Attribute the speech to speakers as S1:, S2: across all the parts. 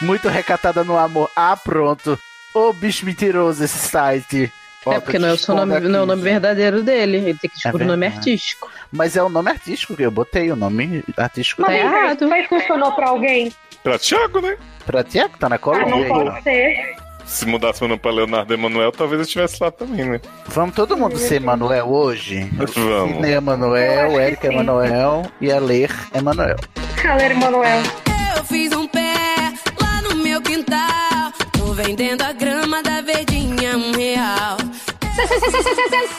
S1: Muito recatada no amor. Ah, pronto. Ô, bicho mentiroso esse site. Ó,
S2: é
S1: tô
S2: porque
S1: te
S2: não é, o seu
S1: expondo
S2: nome,
S1: aqui.
S2: não é o nome verdadeiro dele. Ele tem que descobrir o nome
S1: verdade.
S2: artístico.
S1: Mas é o nome artístico que eu botei, o nome artístico
S2: Tá
S3: Mas, gente,
S2: errado.
S3: Mas funcionou pra alguém?
S4: Pra Thiago, né?
S1: pra ti é que tá na
S3: Ah,
S1: Colômbia.
S3: não
S4: Colombo.
S3: pode ser.
S4: Se mudasse meu nome pra Leonardo Emanuel, talvez eu estivesse lá também, né?
S1: Vamos todo mundo ser Emanuel hoje?
S4: Vamos.
S1: Sidney
S3: Eu acho
S1: Emanuel,
S3: que
S1: Erika
S3: sim. É.
S1: Emanuel e a Ler Emanuel.
S3: Caler Manuel.
S5: Eu fiz um pé lá no meu quintal. Tô vendendo a grama da verdinha um real.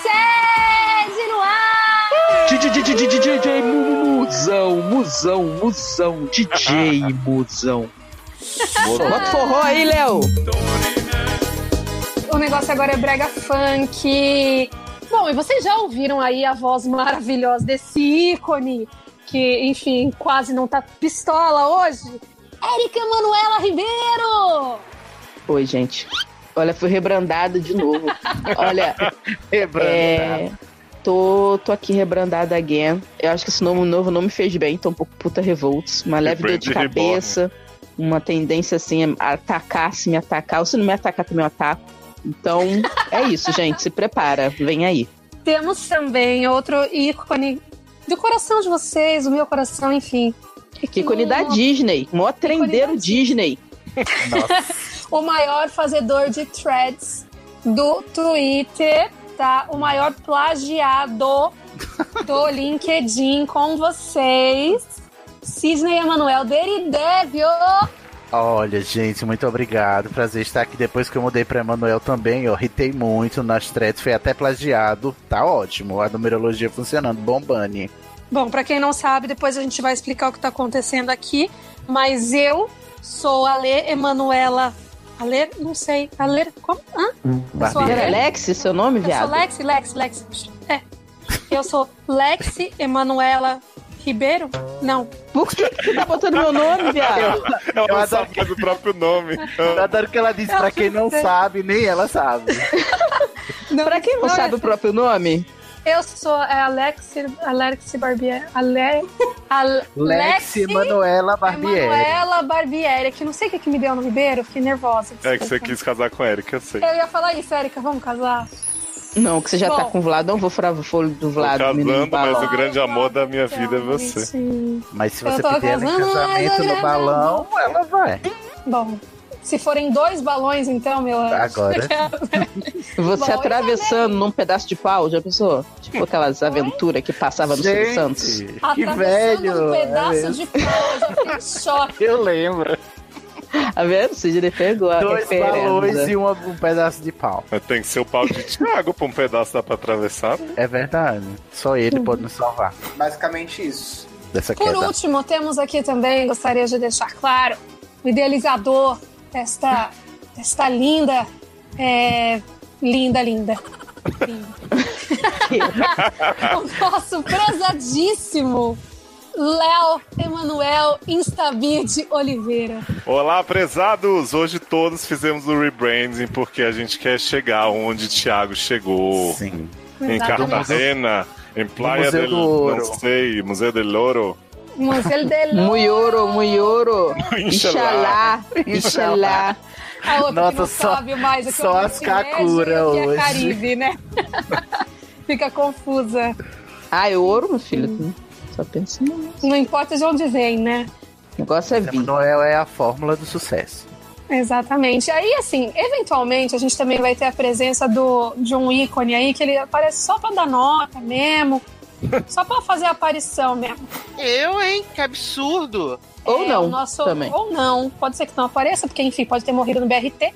S6: Sede no ar!
S7: DJ Musão, Musão, Musão, DJ Musão. Bota forró aí, Léo!
S6: O negócio agora é brega funk. Bom, e vocês já ouviram aí a voz maravilhosa desse ícone que, enfim, quase não tá pistola hoje? Érica Manuela Ribeiro!
S2: Oi, gente. Olha, fui rebrandado de novo. Olha, é. Tô, tô aqui rebrandada again. Eu acho que esse nome novo não me fez bem, tô um pouco puta revoltos. Uma leve dor de
S4: Rebrand reborn.
S2: cabeça, uma tendência assim a atacar, se me atacar. Ou se não me atacar, também eu ataco. Então, é isso, gente. Se prepara, vem aí.
S6: Temos também outro ícone do coração de vocês, o meu coração, enfim.
S2: Que ícone da Disney, o maior trendeiro
S6: da
S2: Disney.
S6: o maior fazedor de threads do Twitter, tá? O maior plagiado do LinkedIn com vocês. Cisne Emanuel Deridevio.
S1: Olha, gente, muito obrigado. Prazer estar aqui depois que eu mudei pra Emanuel também. Eu ritei muito nas threads, foi até plagiado. Tá ótimo. A numerologia funcionando, bombane.
S6: Bom, pra quem não sabe, depois a gente vai explicar o que tá acontecendo aqui. Mas eu sou a Lê Emanuela. A Lê, não sei. A Lê, como? Hã? Sou a
S1: Barbeira.
S2: Era
S6: Lê?
S2: Alex, seu
S6: é?
S2: nome,
S6: Eu sou
S2: viado?
S6: Lexi, Lex, Lex. É. Eu sou Lexi Emanuela Ribeiro? Não.
S2: Por que que tu tá botando meu nome, viado?
S4: Ela
S1: Eu
S4: não
S1: adoro
S4: sabe mais o próprio nome.
S1: Eu adoro Tá que ela disse, pra quem não sabe, nem ela sabe.
S6: não
S2: Pra quem não
S6: Olha,
S2: sabe o próprio nome,
S6: Eu sou é, Alexi, Alexi Barbieri. Ale, Ale,
S1: Lexi Manuela Barbieri.
S6: Emanuela Barbieri, que não sei o que, que me deu no Ribeiro, fiquei nervosa.
S4: É que você
S6: desculpa.
S4: quis casar com a Erika, eu sei.
S6: Eu ia falar isso, Érica, vamos casar?
S2: Não, que você já tá
S6: Bom.
S2: com o Vladão, vou furar o folho do
S4: Tô
S2: Vlado, menino
S4: casando, mas
S2: balão.
S4: o grande amor da minha
S6: Então,
S4: vida é você.
S6: Sim.
S1: Mas se
S6: Eu
S1: você
S6: tô
S1: pedir ela em
S6: casando,
S1: casamento
S6: mas eu
S1: no balão, ela vai.
S6: Bom, se forem dois balões, então, meu anjo.
S1: Agora.
S2: Você
S6: Bom, eu
S2: atravessando num pedaço de pau, já pensou? Tipo aquelas aventuras que passava no Silvio Santos.
S1: Gente, que
S6: Atravessando
S1: velho.
S6: um
S1: é
S6: pedaço
S1: mesmo.
S6: de pau, eu já fiquei em choque.
S1: Eu lembro.
S2: Tá vendo? Sidney pegou a
S1: Dois balões
S2: referência.
S1: e uma- um pedaço de pau.
S4: Mas tem que ser o pau de Thiago pra um pedaço dá pra atravessar. né?
S1: É verdade. Só ele pode nos salvar
S8: Basicamente isso.
S1: dessa
S6: Por
S1: queda.
S6: último, temos aqui também, gostaria de deixar claro, o idealizador desta, desta linda, é, linda, linda. linda. o nosso prezadíssimo Léo Emanuel Instabid Oliveira.
S4: Olá, prezados! Hoje todos fizemos o rebranding porque a gente quer chegar onde Thiago chegou.
S1: Sim.
S4: Em
S6: Exatamente.
S4: Cartagena, em Playa
S1: Museu
S4: del...
S1: do Ouro.
S4: Não sei, Museu del Ouro.
S6: Museu de Lou-
S2: Muioro, muioro. Inxalá, inxalá.
S6: A outra
S1: Nossa,
S6: que não
S1: só-
S6: sabe mais o que
S1: só
S6: é o
S1: as
S6: Oriente Médio
S1: Kakura
S6: e o que é
S1: hoje.
S6: Caribe, né? Fica confusa.
S2: Ah, é ouro, meu
S6: Hum.
S2: filho? Só pensa no
S6: Não importa de onde vem, né?
S2: negócio é vir.
S1: Noel é a fórmula do sucesso.
S6: Exatamente. Aí, assim, eventualmente a gente também vai ter a presença do, de um ícone aí que ele aparece só pra dar nota mesmo. Só pra fazer a aparição mesmo.
S9: Eu, hein? Que absurdo.
S2: Ou
S6: É,
S2: não,
S6: o nosso-
S2: também.
S6: Ou não. Pode ser que não apareça, porque, enfim, pode ter morrido no BRT.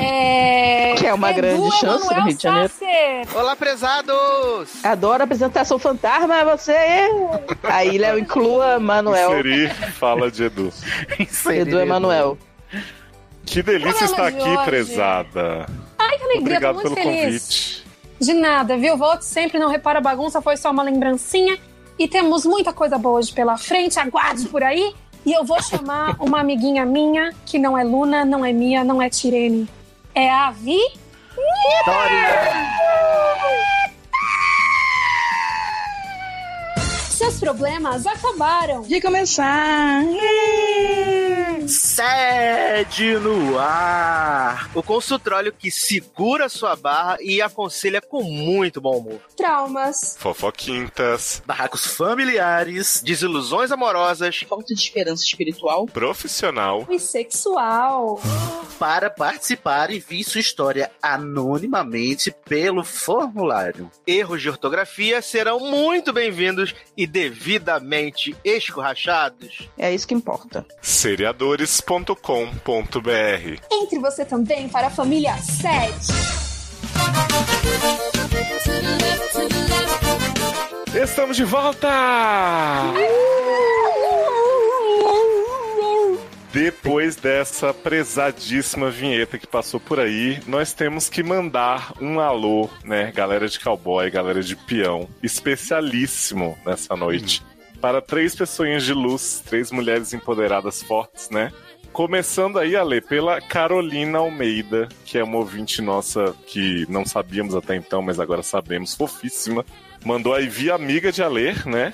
S6: É,
S2: Que é uma grande chance no
S6: Emanuel
S2: Rio de Janeiro.
S6: Sasser.
S9: Olá, prezados!
S2: Adoro apresentação fantasma, você é. Aí, Léo, inclua Manuel.
S4: Inserir fala de Edu.
S2: Edu Emanuel.
S4: Que delícia
S6: Programa
S4: estar
S6: de
S4: aqui,
S6: hoje.
S4: prezada.
S6: Que alegria,
S4: Obrigado
S6: tô
S4: pelo
S6: muito feliz.
S4: convite.
S6: De nada, viu? Volte sempre, não repara a bagunça, foi só uma lembrancinha. E temos muita coisa boa hoje pela frente, aguarde por aí. E eu vou chamar uma amiguinha minha, que não é Luna, não é Mia, não é Tirene. É a Vi. Seus problemas acabaram.
S2: De começar.
S8: Sede
S9: Ed no ar. O consultório que segura sua barra e aconselha com muito bom humor.
S6: Traumas.
S4: Fofoquintas.
S9: Barracos familiares, desilusões amorosas,
S2: Hum. Falta de esperança espiritual.
S4: Profissional.
S6: E sexual.
S9: para participar e vir sua história anonimamente pelo formulário. Erros de ortografia serão muito bem-vindos e devidamente escorrachados.
S2: É isso que importa.
S4: Seriadores.com.br
S6: Entre você também para a família 7.
S4: Estamos de volta! Depois dessa prezadíssima vinheta que passou por aí, nós temos que mandar um alô, né, galera de cowboy, galera de peão, especialíssimo nessa noite. Para três pessoinhas de luz, três mulheres empoderadas fortes, né? Começando aí, Ale, pela Carolina Almeida, que é uma ouvinte nossa que não sabíamos até então, mas agora sabemos, fofíssima. Mandou aí via amiga de Ale, né?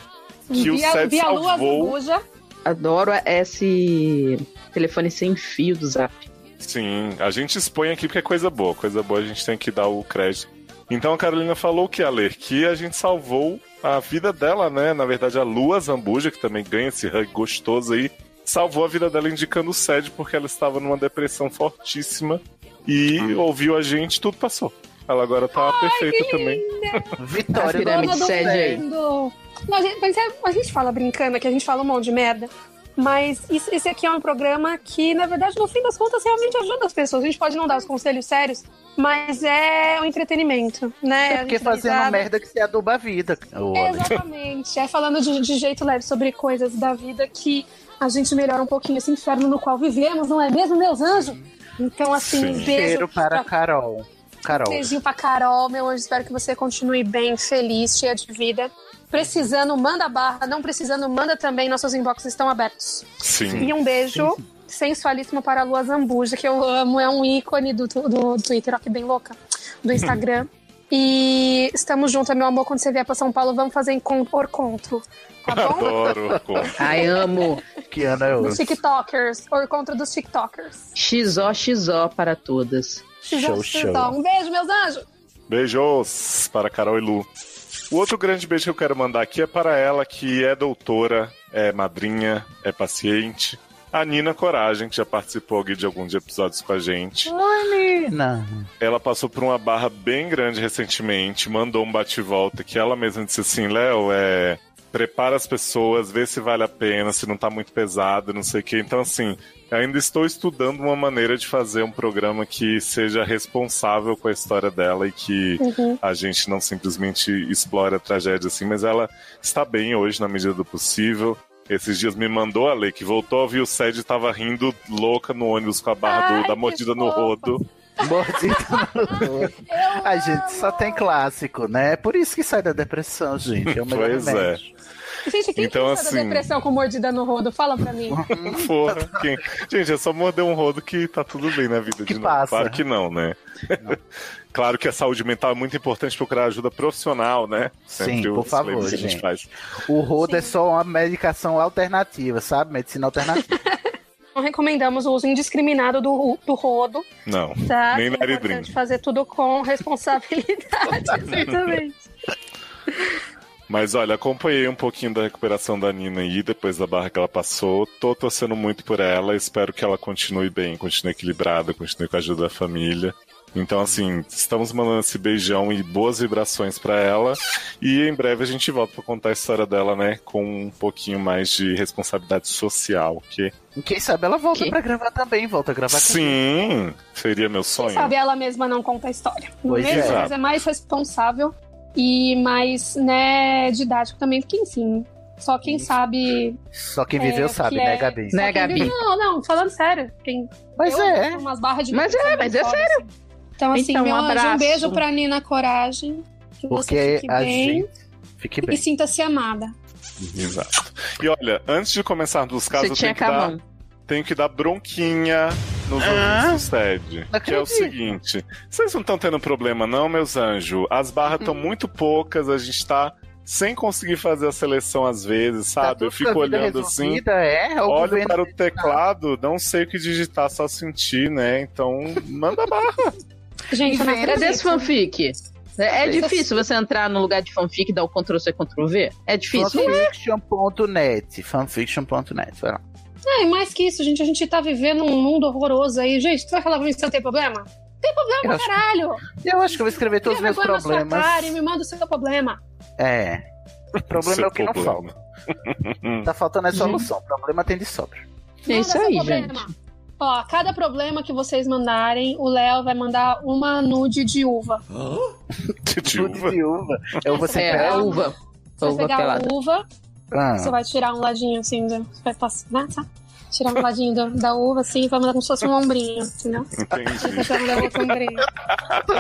S4: Que o
S6: Via,
S4: Seth
S6: via Lua
S4: salvou.
S6: Azambuja.
S2: Adoro é esse telefone sem fio do Zap.
S4: Sim, a gente expõe aqui porque é coisa boa. Coisa boa a gente tem que dar o crédito. Então a Carolina falou que, Ale, que a gente salvou a vida dela, né? Na verdade, a Lua Zambuja, que também ganha esse hug gostoso aí, salvou a vida dela indicando o SED porque ela estava numa depressão fortíssima e
S6: Hum.
S4: ouviu a gente, tudo passou. Ela agora tá perfeita também.
S1: Vitória.
S2: Aspirante. Pirâmide
S6: Dona do
S2: sede aí.
S6: mundo. Não, a gente, mas é- a gente fala brincando aqui, a gente fala um monte de merda. Mas isso- esse aqui é um programa que, na verdade, no fim das contas, realmente ajuda as pessoas. A gente pode não dar os conselhos sérios, mas é um entretenimento, né? A
S1: É porque
S6: gente
S1: fazendo
S6: risada.
S1: merda que se aduba a vida. Ô, Ale.
S6: Exatamente. É falando de, de jeito leve sobre coisas da vida que a gente melhora um pouquinho esse inferno no qual vivemos, não é mesmo, meus anjos? Então, assim,
S4: Sim.
S6: um beijo
S1: Cheiro para
S6: pra
S1: Carol. Carol.
S6: Beijinho pra Carol, meu anjo. Espero que você continue bem, feliz, cheia de vida. Precisando, manda barra. Não precisando, manda também. Nossos inboxes estão abertos.
S4: Sim.
S6: E um beijo sensualíssimo para a Lua Zambuja, que eu amo. É um ícone do, do, do Twitter, ó, que bem louca. Do Instagram. E estamos juntos, meu amor. Quando você vier pra São Paulo, vamos fazer encontro. Tá bom?
S4: Adoro.
S2: Ai, amo.
S1: Que ano é
S6: Dos
S1: hoje?
S6: TikTokers. Ou encontro dos TikTokers.
S2: XOXO para todas.
S1: Show, show.
S6: Um beijo, meus anjos.
S4: Beijos para Carol e Lu. O outro grande beijo que eu quero mandar aqui é para ela, que é doutora, é madrinha, é paciente. A Nina Coragem, que já participou aqui de alguns episódios com a gente.
S1: Não.
S4: Ela passou por uma barra bem grande recentemente, mandou um bate-volta que ela mesma disse assim: Léo, é. Prepara as pessoas, vê se vale a pena, se não tá muito pesado, não sei o quê. Então, assim, ainda estou estudando uma maneira de fazer um programa que seja responsável com a história dela e que a gente não simplesmente explora a tragédia assim, mas ela está bem hoje na medida do possível. Esses dias me mandou a lei que voltou a ouvir o Sede e tava rindo louca no ônibus com a barra do-
S6: Ai,
S4: da
S6: que
S4: mordida no
S6: fofa.
S4: rodo.
S1: Mordida no... A gente só tem clássico, né? É por isso que sai da depressão, gente. É o melhor
S4: Pois é.
S1: remédio.
S6: Gente, quem
S4: Então,
S6: então, pensa
S4: assim-
S6: da depressão com mordida no rodo? Fala pra mim.
S4: Porra, quem- Gente, é só morder um rodo que tá tudo bem na vida
S1: Que
S4: de novo.
S1: passa.
S4: Claro que não, né? claro que a saúde mental é muito importante procurar ajuda profissional, né?
S1: Sim,
S4: o
S1: por favor,
S4: disclaimer que a gente,
S1: gente.
S4: faz.
S1: O rodo é só uma medicação alternativa, sabe? Medicina alternativa.
S6: Não recomendamos o uso indiscriminado do, do rodo,
S4: Não.
S6: tá?
S4: Nem
S6: é
S4: Larry
S6: importante
S4: Dream.
S6: fazer tudo com responsabilidade, exatamente.
S4: Mas olha, acompanhei um pouquinho da recuperação da Nina aí, depois da barra que ela passou. Tô torcendo muito por ela, espero que ela continue bem, continue equilibrada, continue com a ajuda da família. Então, assim, estamos mandando esse beijão e boas vibrações pra ela. E em breve a gente volta pra contar a história dela, né? Com um pouquinho mais de responsabilidade social. Que...
S1: Quem sabe ela volta
S2: Que?
S1: pra gravar também, volta a gravar com
S4: Sim! Seria meu
S6: Quem
S4: sonho.
S6: sabe ela mesma não conta a história. não
S1: Pois
S6: mesmo?
S4: é.
S6: Mas é mais responsável e mais, né, didático também, porque enfim. Só quem sabe.
S1: Só quem
S6: é,
S1: viveu
S6: o que
S1: sabe,
S6: é-
S1: né, Gabi?
S6: só
S2: Né,
S6: quem
S2: Gabi?
S6: vive- Não, não, falando sério. Quem...
S1: Mas
S6: eu
S1: é.
S6: tenho umas barras de
S2: Mas é,
S6: depressão
S2: mas
S6: bem
S2: é
S6: foda, assim. Então, assim,
S2: Então, um
S6: meu anjo, um
S2: abraço.
S6: beijo pra Nina Coragem. Que você
S1: Porque
S6: fique
S1: a
S6: bem
S1: gente. Fique
S6: e
S1: bem.
S6: sinta-se amada.
S4: Exato. E olha, antes de começar dos
S2: Você
S4: casos, eu tenho
S2: tinha
S4: que
S1: Tá.
S4: dar
S2: acabado.
S4: tenho que dar bronquinha nos
S1: Ah,
S4: ouvintes do SED.
S1: não
S4: Que é
S1: acredito.
S4: o
S1: Hum.
S4: seguinte: vocês não estão tendo problema, não, meus anjos? As barras estão muito poucas, a gente tá sem conseguir fazer a seleção às vezes,
S6: tá
S1: Tá
S4: sabe? Eu fico olhando assim,
S1: É, o
S4: olho
S1: governo-
S4: para o teclado, não sei o que digitar, só sentir, né? Então, manda barra.
S6: Gente, eu não
S2: Cadê esse
S6: acredito.
S2: fanfic? É, é difícil você entrar no lugar de fanfic e dar o Ctrl-C, Ctrl-V? É difícil?
S1: Fanfiction.net. Fanfiction.net. vai lá.
S6: É, e mais que isso, gente, a gente tá vivendo um mundo horroroso aí. Gente, tu vai falar pra mim que você não tem problema? Tem problema
S1: Eu
S6: pra
S1: acho-
S6: caralho!
S1: Eu acho que eu vou escrever todos os
S6: Tem
S1: meus
S6: vergonha na sua
S1: problemas.
S6: cara e me manda o seu problema.
S1: É. O problema é o que não falta. Tá faltando é
S6: Uhum.
S1: solução. Problema tem de sobra.
S2: É
S6: Manda
S2: isso
S6: seu
S2: aí,
S6: problema.
S2: gente.
S6: Ó, cada problema que vocês mandarem, o Léo vai mandar uma nude de uva.
S4: De uva.
S1: De uva. Eu vou
S6: Essa
S1: ser
S6: é
S2: É,
S1: pé.
S2: a uva.
S6: Você
S2: A
S6: vai
S2: uva
S6: pegar
S2: pelada.
S6: a uva,
S1: Ah,
S6: Você vai tirar um ladinho assim, do- vai passar, né, tá? Tirar um ladinho do- da uva assim e vai mandar como se fosse um ombrinho, entendeu? Aí
S4: Entendi.
S6: você vai mandar outro ombrinho.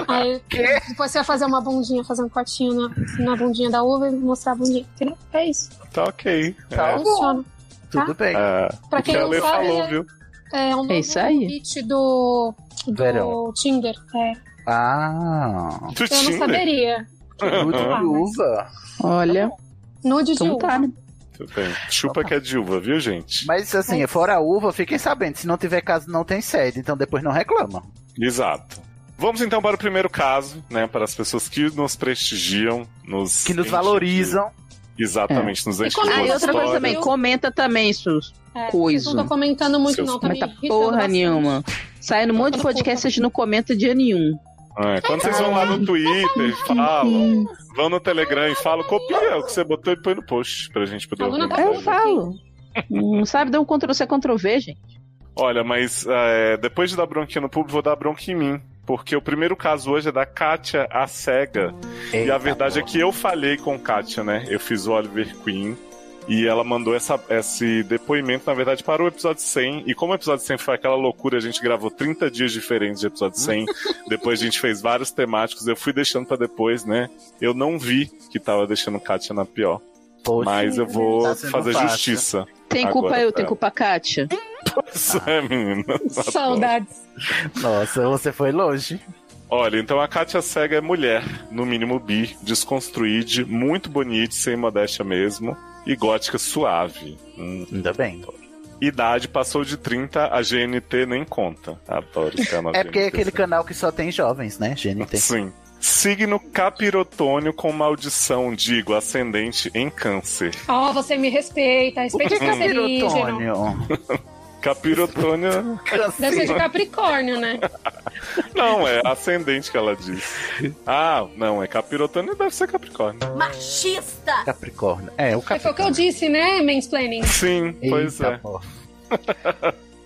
S6: Aí depois você vai fazer uma bundinha, fazer um cortinho na, na bundinha da uva e mostrar a bundinha, entendeu? É isso.
S4: Tá ok.
S1: Tá
S6: Funciona.
S1: tudo bem.
S4: É,
S6: Pra
S4: o que
S6: quem
S4: a
S6: não
S4: Lê
S6: sabe,
S4: falou,
S6: é-
S4: viu?
S6: É um
S2: É
S6: novo
S2: isso aí.
S6: convite do,
S1: Verão.
S6: do Tinder. É.
S1: Ah.
S4: Do
S6: Eu não
S4: Tinder.
S6: saberia.
S1: Tudo
S6: Ah,
S1: de
S6: mas-
S1: uva.
S2: Olha,
S6: Nude de
S2: então
S6: uva.
S2: tá, né?
S4: Tudo bem. Chupa que é de uva, viu, gente?
S1: Mas assim, fora a uva, fiquem sabendo. Se não tiver caso, não tem sede. Então depois não reclama.
S4: Exato. Vamos então para o primeiro caso, né? Para as pessoas que nos prestigiam, nos
S1: Que nos valorizam.
S4: Exatamente, nos enchem
S6: como-
S4: de
S2: Ah,
S4: boas
S2: e outra coisa
S4: histórias.
S2: também, comenta também, Sus.
S6: É,
S2: Coisa.
S6: vocês Não tô comentando muito,
S4: Seus-
S6: não. Tá me
S2: Comenta
S6: irritando
S2: porra
S6: bastante.
S2: nenhuma. Sai no monte de podcast, vocês não comenta dia nenhum.
S4: É, quando vocês vão lá no Twitter e falam, vão no Telegram e falam, copia o que você botou e põe no post pra gente poder É.
S6: Tá bom,
S4: organizar.
S6: tá
S2: Eu
S6: bom.
S2: falo. Não sabe dar um Ctrl-C, Ctrl-V, gente.
S4: Olha, mas é, depois de dar bronquinha no público, vou dar bronca em mim. Porque o primeiro caso hoje é da Kátia, a cega. E a verdade é que eu falhei com Kátia, né? Eu fiz o Oliver Queen. E ela mandou essa, esse depoimento, na verdade, para o episódio 100. E como o episódio 100 foi aquela loucura, a gente gravou 30 dias diferentes de episódio 100. depois a gente fez vários temáticos. Eu fui deixando pra depois, né? Eu não vi que tava deixando Kátia na pior.
S1: Poxa,
S4: mas eu vou
S1: tá sendo
S4: fazer
S1: fácil. Ah.
S4: justiça.
S2: Tem
S4: Agora
S2: culpa eu,
S4: tá.
S2: tem culpa a Kátia.
S4: Isso é, menina.
S6: Saudades.
S1: Nossa, você foi longe.
S4: Olha, então a Kátia Cega é mulher, no mínimo bi, desconstruída, muito bonita, sem modéstia mesmo, e gótica suave. Hum.
S1: Ainda bem. É
S4: Idade passou de 30, a GNT nem conta. Adoro esse canal.
S1: É porque é
S4: GNT,
S1: aquele
S4: sabe?
S1: canal que só tem jovens, né? GNT.
S4: Sim. Signo capirotônio com maldição, digo, ascendente em câncer.
S6: Ó, você me respeita. Respeita o cancerígeno.
S1: Pirotônio.
S4: Capirotônio
S6: Deve ser de Capricórnio, né?
S4: não é ascendente que ela diz. Ah, não, é capirotônio deve ser capricórnio.
S5: Machista!
S1: Capricórnio. É, o
S6: Foi o que eu
S1: Capricórnio.
S6: disse, né, mansplaining?
S4: Sim, pois
S1: Eita,
S4: é.
S1: porra.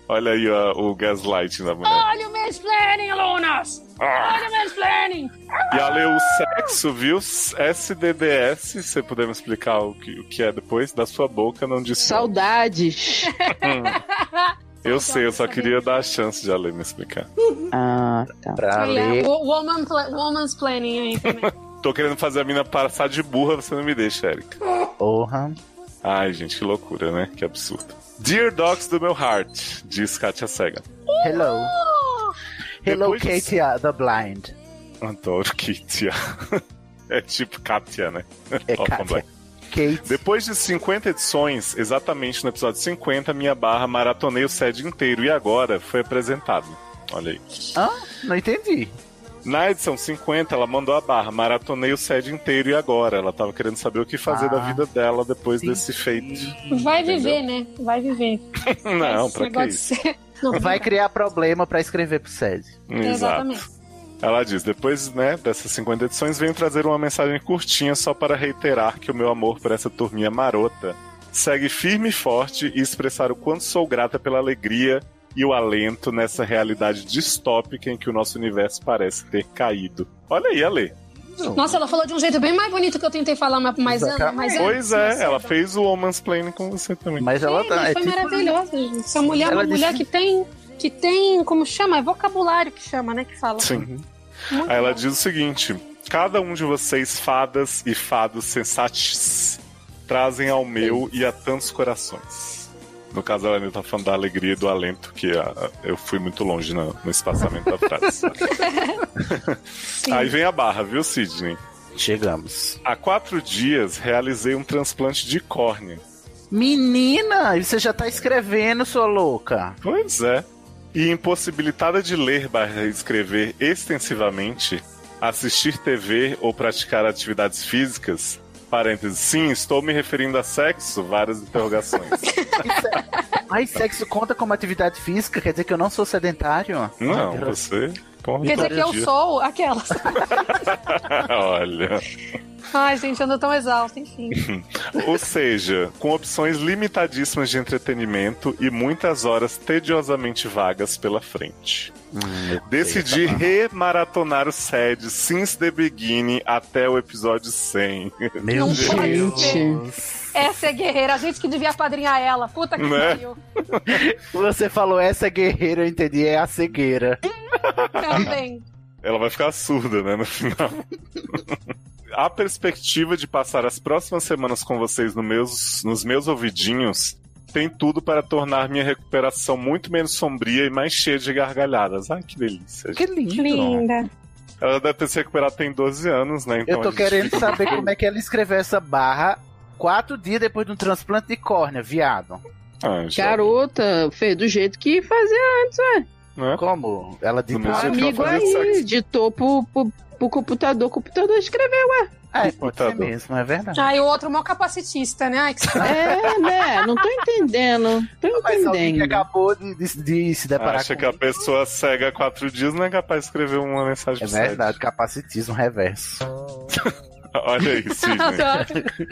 S4: Olha aí ó, o gaslight da mulher.
S6: Olha o mansplaining, alunos! Olha o mansplaining!
S4: E a leu sexo, viu? SDDS, se você puder me explicar o que, o que é depois, da sua boca não disse.
S2: Saudades.
S4: Eu sei, eu só queria dar a chance de a Lê me explicar.
S2: Ah, tá.
S1: Pra
S6: Olha,
S1: ler.
S6: o- é woman pla- woman's planning aí também.
S4: Tô querendo fazer a mina passar de burra, você não me deixa, Erika.
S1: Porra.
S4: Ai, gente, que loucura, né? Que absurdo. Dear Dogs do meu heart, diz Katia Cega.
S1: Hello. Hello,
S4: Depois de-
S1: Katie, uh, the blind.
S4: Adoro Kitia. É tipo Katia, né?
S1: É
S4: Ó, como
S1: Katia. Kate.
S4: Depois de 50 edições, exatamente no episódio 50, minha barra maratonei o sede inteiro e agora foi apresentado. Olha aí.
S1: Não entendi.
S4: Na edição 50, ela mandou a barra, maratonei o sede inteiro e agora. Ela tava querendo saber o que fazer
S1: Ah,
S4: da vida dela depois
S1: sim.
S4: desse feito.
S6: Vai viver, né? Vai viver.
S4: Não,
S6: Esse
S4: pra que
S6: negócio de
S4: isso?
S6: ser- Não,
S1: Vai criar problema pra escrever pro Sede.
S4: Exato.
S6: Exatamente.
S4: Ela diz, depois né, dessas 50 edições, venho trazer uma mensagem curtinha só para reiterar que o meu amor por essa turminha marota segue firme e forte e expressar o quanto sou grata pela alegria e o alento nessa realidade distópica em que o nosso universo parece ter caído. Olha aí, Ale.
S6: Nossa, ela falou de um jeito bem mais bonito que eu tentei falar mas- mais ano,
S1: Exatamente.
S6: mais ano.
S4: Pois é, ela fez o Woman's Planning com você também.
S1: Mas ela tá. é
S6: Foi
S1: tipo-
S6: maravilhosa, gente. Essa mulher é uma
S1: Ela disse-
S6: mulher que tem. Que tem, como chama? É vocabulário que chama, né? Que fala.
S4: Sim.
S6: Muito
S4: Aí ela
S6: bom.
S4: diz o seguinte: cada um de vocês, fadas e fados sensates, trazem ao meu e a tantos corações. No caso, ela ainda tá falando da alegria e do alento, que ah, eu fui muito longe no, no espaçamento da frase. Aí vem a barra, viu, Sidney?
S1: Chegamos.
S4: Há quatro dias realizei um transplante de córnea.
S1: Menina, e você já tá escrevendo, sua louca.
S4: Pois é. E impossibilitada de ler barra escrever extensivamente, assistir TV ou praticar atividades físicas. Parênteses, sim, estou me referindo a sexo, várias interrogações.
S1: Ai, sexo conta como atividade física? Quer dizer que eu não sou sedentário?
S4: Não, você. porra,
S6: Quer dizer que eu
S4: dia.
S6: sou aquelas.
S4: Olha.
S6: Ai, gente, ando tão exausta, enfim.
S4: Ou seja, com opções limitadíssimas de entretenimento e muitas horas tediosamente vagas pela frente. Decidi remaratonar o SED Since the Beginning até o episódio 100.
S1: Meu
S6: Não pode
S1: Deus.
S6: Essa é guerreira, a gente que devia apadrinhar ela. Puta que
S4: Né?
S6: pariu.
S1: Você falou essa guerreira, eu entendi, é a cegueira.
S6: Também.
S4: Ela vai ficar surda, né, no final. A perspectiva de passar as próximas semanas com vocês no meus, nos meus ouvidinhos tem tudo para tornar minha recuperação muito menos sombria e mais cheia de gargalhadas. Ai, que delícia.
S1: Que lindo.
S6: Que linda.
S4: Ela deve ter se recuperado tem 12 anos, né?
S1: Eu
S4: Então
S1: tô
S4: a gente
S1: querendo
S4: fica-
S1: saber como é que ela escreveu essa barra quatro dias depois de um transplante de córnea, viado.
S4: Ah, já-
S2: Garota, fez do jeito que fazia
S4: né?
S1: Como? Ela disse.
S4: Não
S2: um
S4: sei
S1: Ah,
S4: o que ela
S2: amigo
S4: fazia
S2: aí,
S4: de sexo.
S2: ditou pro, pro, pro computador, o computador escreveu.
S1: É, pode ser
S4: Computador.
S1: mesmo, é verdade.
S6: Ai, o outro mó capacitista, né? Ai, que
S2: É, né? Não tô entendendo. Tô
S1: Ah, Mas alguém que
S2: entendendo.
S1: acabou de, de- de se deparar
S4: Acha
S1: é com
S4: que é a pessoa cega há quatro dias não é capaz de escrever uma mensagem
S1: É
S4: pro site.
S1: verdade, capacitismo reverso.
S4: Olha isso, gente.
S6: Adoro.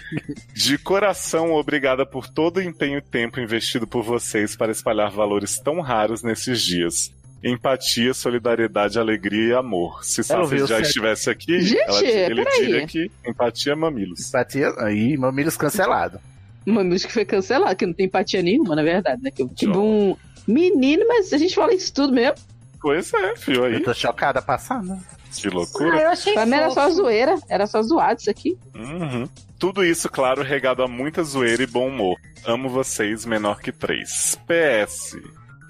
S4: De coração, obrigada por todo o empenho e tempo investido por vocês para espalhar valores tão raros nesses dias. Empatia, solidariedade, alegria e amor. Se
S1: Ela
S4: Sassi
S1: ouviu
S4: já
S1: certo.
S4: estivesse aqui,
S2: Gente,
S4: ela- ele
S2: peraí.
S4: diria que empatia é mamilos.
S1: Simpatia. Aí, mamilos cancelado.
S2: Uma música que foi cancelada, que não tem empatia nenhuma, na verdade, né? Que,
S4: Joga.
S2: tipo um. Menino, mas a gente fala isso tudo mesmo.
S4: Pois é, fio aí.
S1: Eu tô chocada passada.
S4: Que loucura.
S6: Ai, Ah, eu achei
S2: Pra mim era só
S6: fofo.
S2: zoeira, era só zoado isso aqui.
S4: Uhum. Tudo isso, claro, regado a muita zoeira e bom humor. Amo vocês, menor que três. PS.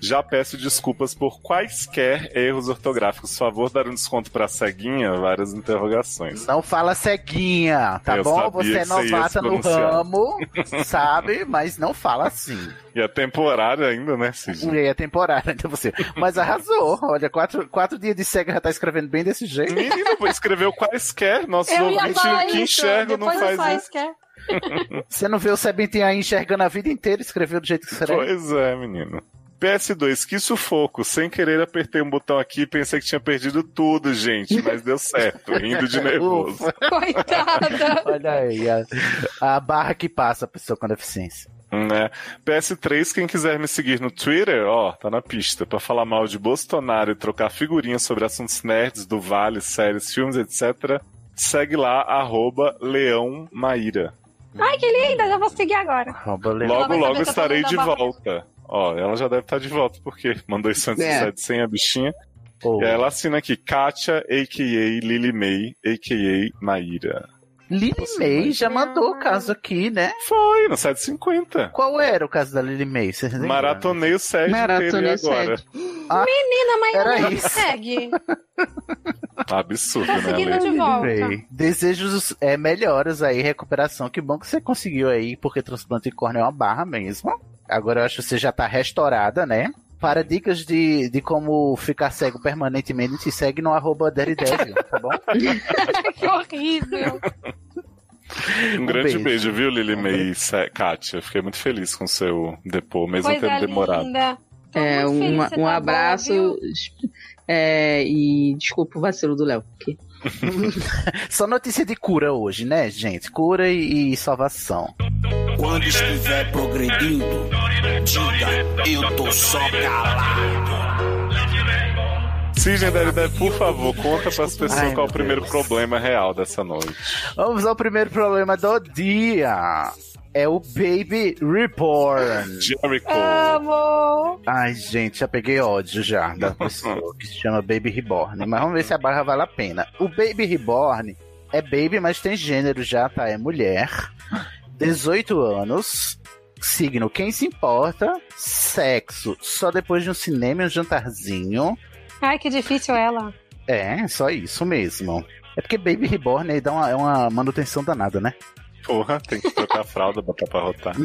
S4: Já peço desculpas por quaisquer erros ortográficos. Favor dar um desconto pra ceguinha? Várias interrogações.
S1: Não fala ceguinha, tá
S4: Eu
S1: bom?
S4: sabia
S1: Você é
S4: que você ia
S1: novata
S4: se
S1: no
S4: pronunciar.
S1: ramo, sabe? Mas não fala assim.
S4: E a temporária ainda, né, Cid?
S1: E aí é temporário, então você. Mas arrasou. Olha, quatro, quatro dias de cega já tá escrevendo bem desse jeito.
S4: Menina, pô, escreveu quaisquer. Nosso
S6: Eu ia
S4: ouvinte
S6: falar
S4: que
S6: isso.
S4: enxerga não
S6: Depois eu
S4: faz
S6: faço, é.
S4: isso.
S6: quer?
S4: Hum.
S1: Você não vê o Sebintin aí enxergando a vida inteira, escreveu do jeito que será.
S4: Pois é, menino. PS2, que sufoco. Sem querer apertei um botão aqui e pensei que tinha perdido tudo, gente. Mas deu certo. Rindo de nervoso.
S6: Coitada.
S1: Olha aí, a, a barra que passa a pessoa com deficiência.
S4: Né? PS3, quem quiser me seguir no Twitter, ó, tá na pista, pra falar mal de Bolsonaro e trocar figurinhas sobre assuntos nerds do Vale, séries, filmes, etc. Segue lá, arroba Leão Maíra.
S6: Ai, que linda, já vou seguir agora.
S1: Arroba Leão.
S6: Ela
S4: Logo,
S6: vai saber
S4: logo
S6: que eu tô
S4: estarei
S6: falando
S4: de
S6: da barra.
S4: volta. Ó, ela já deve estar de volta, porque mandou isso antes do
S2: É.
S4: site sem a bichinha.
S1: Pô.
S4: E aí ela assina aqui, Kátia, a.k.a. Lily May, a.k.a. Maíra.
S1: Lily May já mandou o caso aqui, né?
S4: Foi, no 750.
S1: Qual era o caso da Lily May? Vocês lembram?
S4: Maratonei o Sérgio inteiro e
S2: Maratonei o
S4: agora.
S6: Menina, mas
S1: Era
S6: ela não
S1: isso.
S6: consegue.
S4: Absurdo,
S6: Tá
S4: né,
S6: seguindo
S4: Ale?
S6: de volta.
S1: Bem, Desejos é, melhoras aí, recuperação. Que bom que você conseguiu aí, porque transplante de córnea é uma barra mesmo. Agora eu acho que você já tá restaurada, né? Para dicas de, de como ficar cego permanentemente, segue no arroba Daredevil, tá bom?
S6: Que horrível.
S4: Um
S1: Um
S4: grande
S1: beijo.
S4: beijo, viu, Lily May e Sa- Kátia? Fiquei muito feliz com o seu depô, mesmo
S6: Coisa
S4: tendo demorado.
S6: linda. Tô
S2: É,
S6: muito feliz
S2: um,
S6: que você
S2: um
S6: tá
S2: abraço.
S6: boa, viu?
S2: é, e desculpa o vacilo do Léo. porque-
S1: Só notícia de cura hoje, né, gente? Cura e, e salvação.
S8: Quando estiver progredindo, diga, eu tô só calado.
S4: Sidney Daridé, por favor, conta pras pessoas
S1: Ai,
S4: qual é o
S1: meu
S4: primeiro problema real dessa noite.
S1: Vamos ao primeiro problema do dia. É o Baby Reborn.
S4: Jericho.
S6: Ah. Amo.
S1: Ai, gente, já peguei ódio já da pessoa que se chama Baby Reborn. Mas vamos ver se a barra vale a pena. O Baby Reborn é baby, mas tem gênero já, tá? É mulher. 18 anos. Signo, quem se importa? Sexo, só depois de um cinema e um jantarzinho.
S6: Ai, que difícil ela.
S1: É, só isso mesmo. É porque Baby Reborn aí dá uma, é uma manutenção danada, né?
S4: Porra, tem que trocar a fralda, botar pra rotar.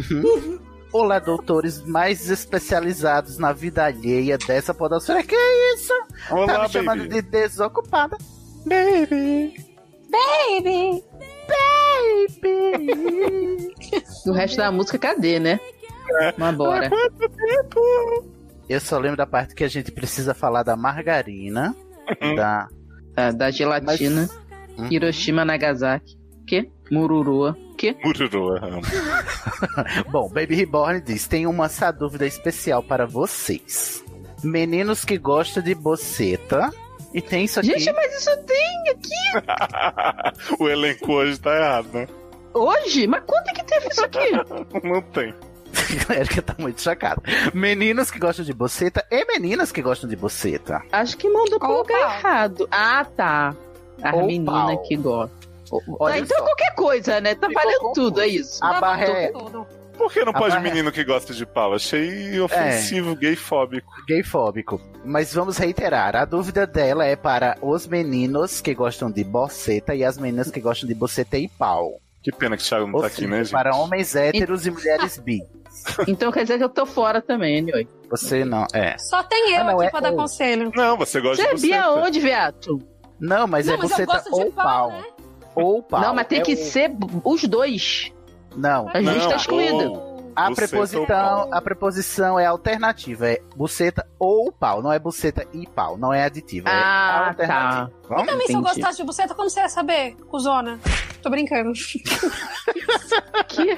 S1: Olá, doutores mais especializados na vida alheia dessa podosfera. Que isso? tá
S4: Olá,
S1: me chamando
S4: baby.
S1: de desocupada. Baby.
S6: Baby!
S1: Baby!
S2: O resto da música, cadê, né?
S1: É.
S2: Mas bora.
S1: Eu só lembro da parte que a gente precisa falar da margarina.
S4: Uhum.
S1: da...
S2: Tá, da gelatina.
S1: Mas-
S2: Hiroshima, Nagasaki. Que? Mururua. Que?
S4: Mururua. amo.
S1: Bom, Baby Reborn diz: tem uma essa dúvida especial para vocês. Meninos que gostam de boceta. E tem isso aqui.
S2: Gente, mas isso tem aqui
S4: o elenco hoje tá errado, né?
S2: hoje? Mas quanto é que teve isso aqui?
S4: Não tem.
S1: A Erika tá muito chocada. Meninos que gostam de boceta e meninas que gostam de boceta.
S2: Acho que mandou pro
S6: Ou
S2: lugar
S6: pau.
S2: errado. Ah, tá. A
S1: Ou
S2: menina
S1: pau.
S2: que gosta.
S1: Olha
S2: Ah, então
S1: só.
S2: qualquer coisa, né? Tá
S1: Ficou
S2: valendo
S1: confuso.
S2: tudo, é isso.
S1: A barra é
S6: Tudo.
S4: Por que não
S1: A
S4: pode
S1: barra-
S4: menino que gosta de pau?
S1: É.
S4: Achei ofensivo, gay fóbico.
S1: gayfóbico. Mas vamos reiterar: a dúvida dela é para os meninos que gostam de boceta e as meninas que gostam de boceta e pau.
S4: Que pena que o Thiago não
S1: Ou
S4: tá aqui,
S1: seja,
S4: né, gente?
S1: para homens héteros e mulheres bi.
S2: Então quer dizer que eu tô fora também, anyway.
S1: Você não. É.
S6: Só tem eu
S1: Ah, não,
S6: aqui
S1: é
S6: pra dar
S1: eu.
S6: conselho.
S4: Não, você gosta
S2: Você é
S4: de você. tá?
S2: Bia onde, viado?
S1: Não, mas
S6: Não,
S1: é
S6: mas eu
S1: boceta
S6: gosto de
S1: ou
S6: pau,
S1: pau.
S6: né?
S1: Ou pau.
S2: Não, mas tem
S1: É
S2: que
S1: o-
S2: ser os dois.
S1: Não.
S2: A gente
S4: Não,
S6: é
S2: tá excluído.
S1: A
S4: Buceta ou
S1: preposição,
S4: pau.
S1: a preposição é alternativa, é buceta ou pau, não é buceta e pau, não é aditiva, é
S2: Ah,
S1: alternativa.
S2: tá.
S6: E também, se eu
S2: Entendi.
S6: gostasse de buceta, como você ia saber, cuzona? Tô brincando.
S2: Que-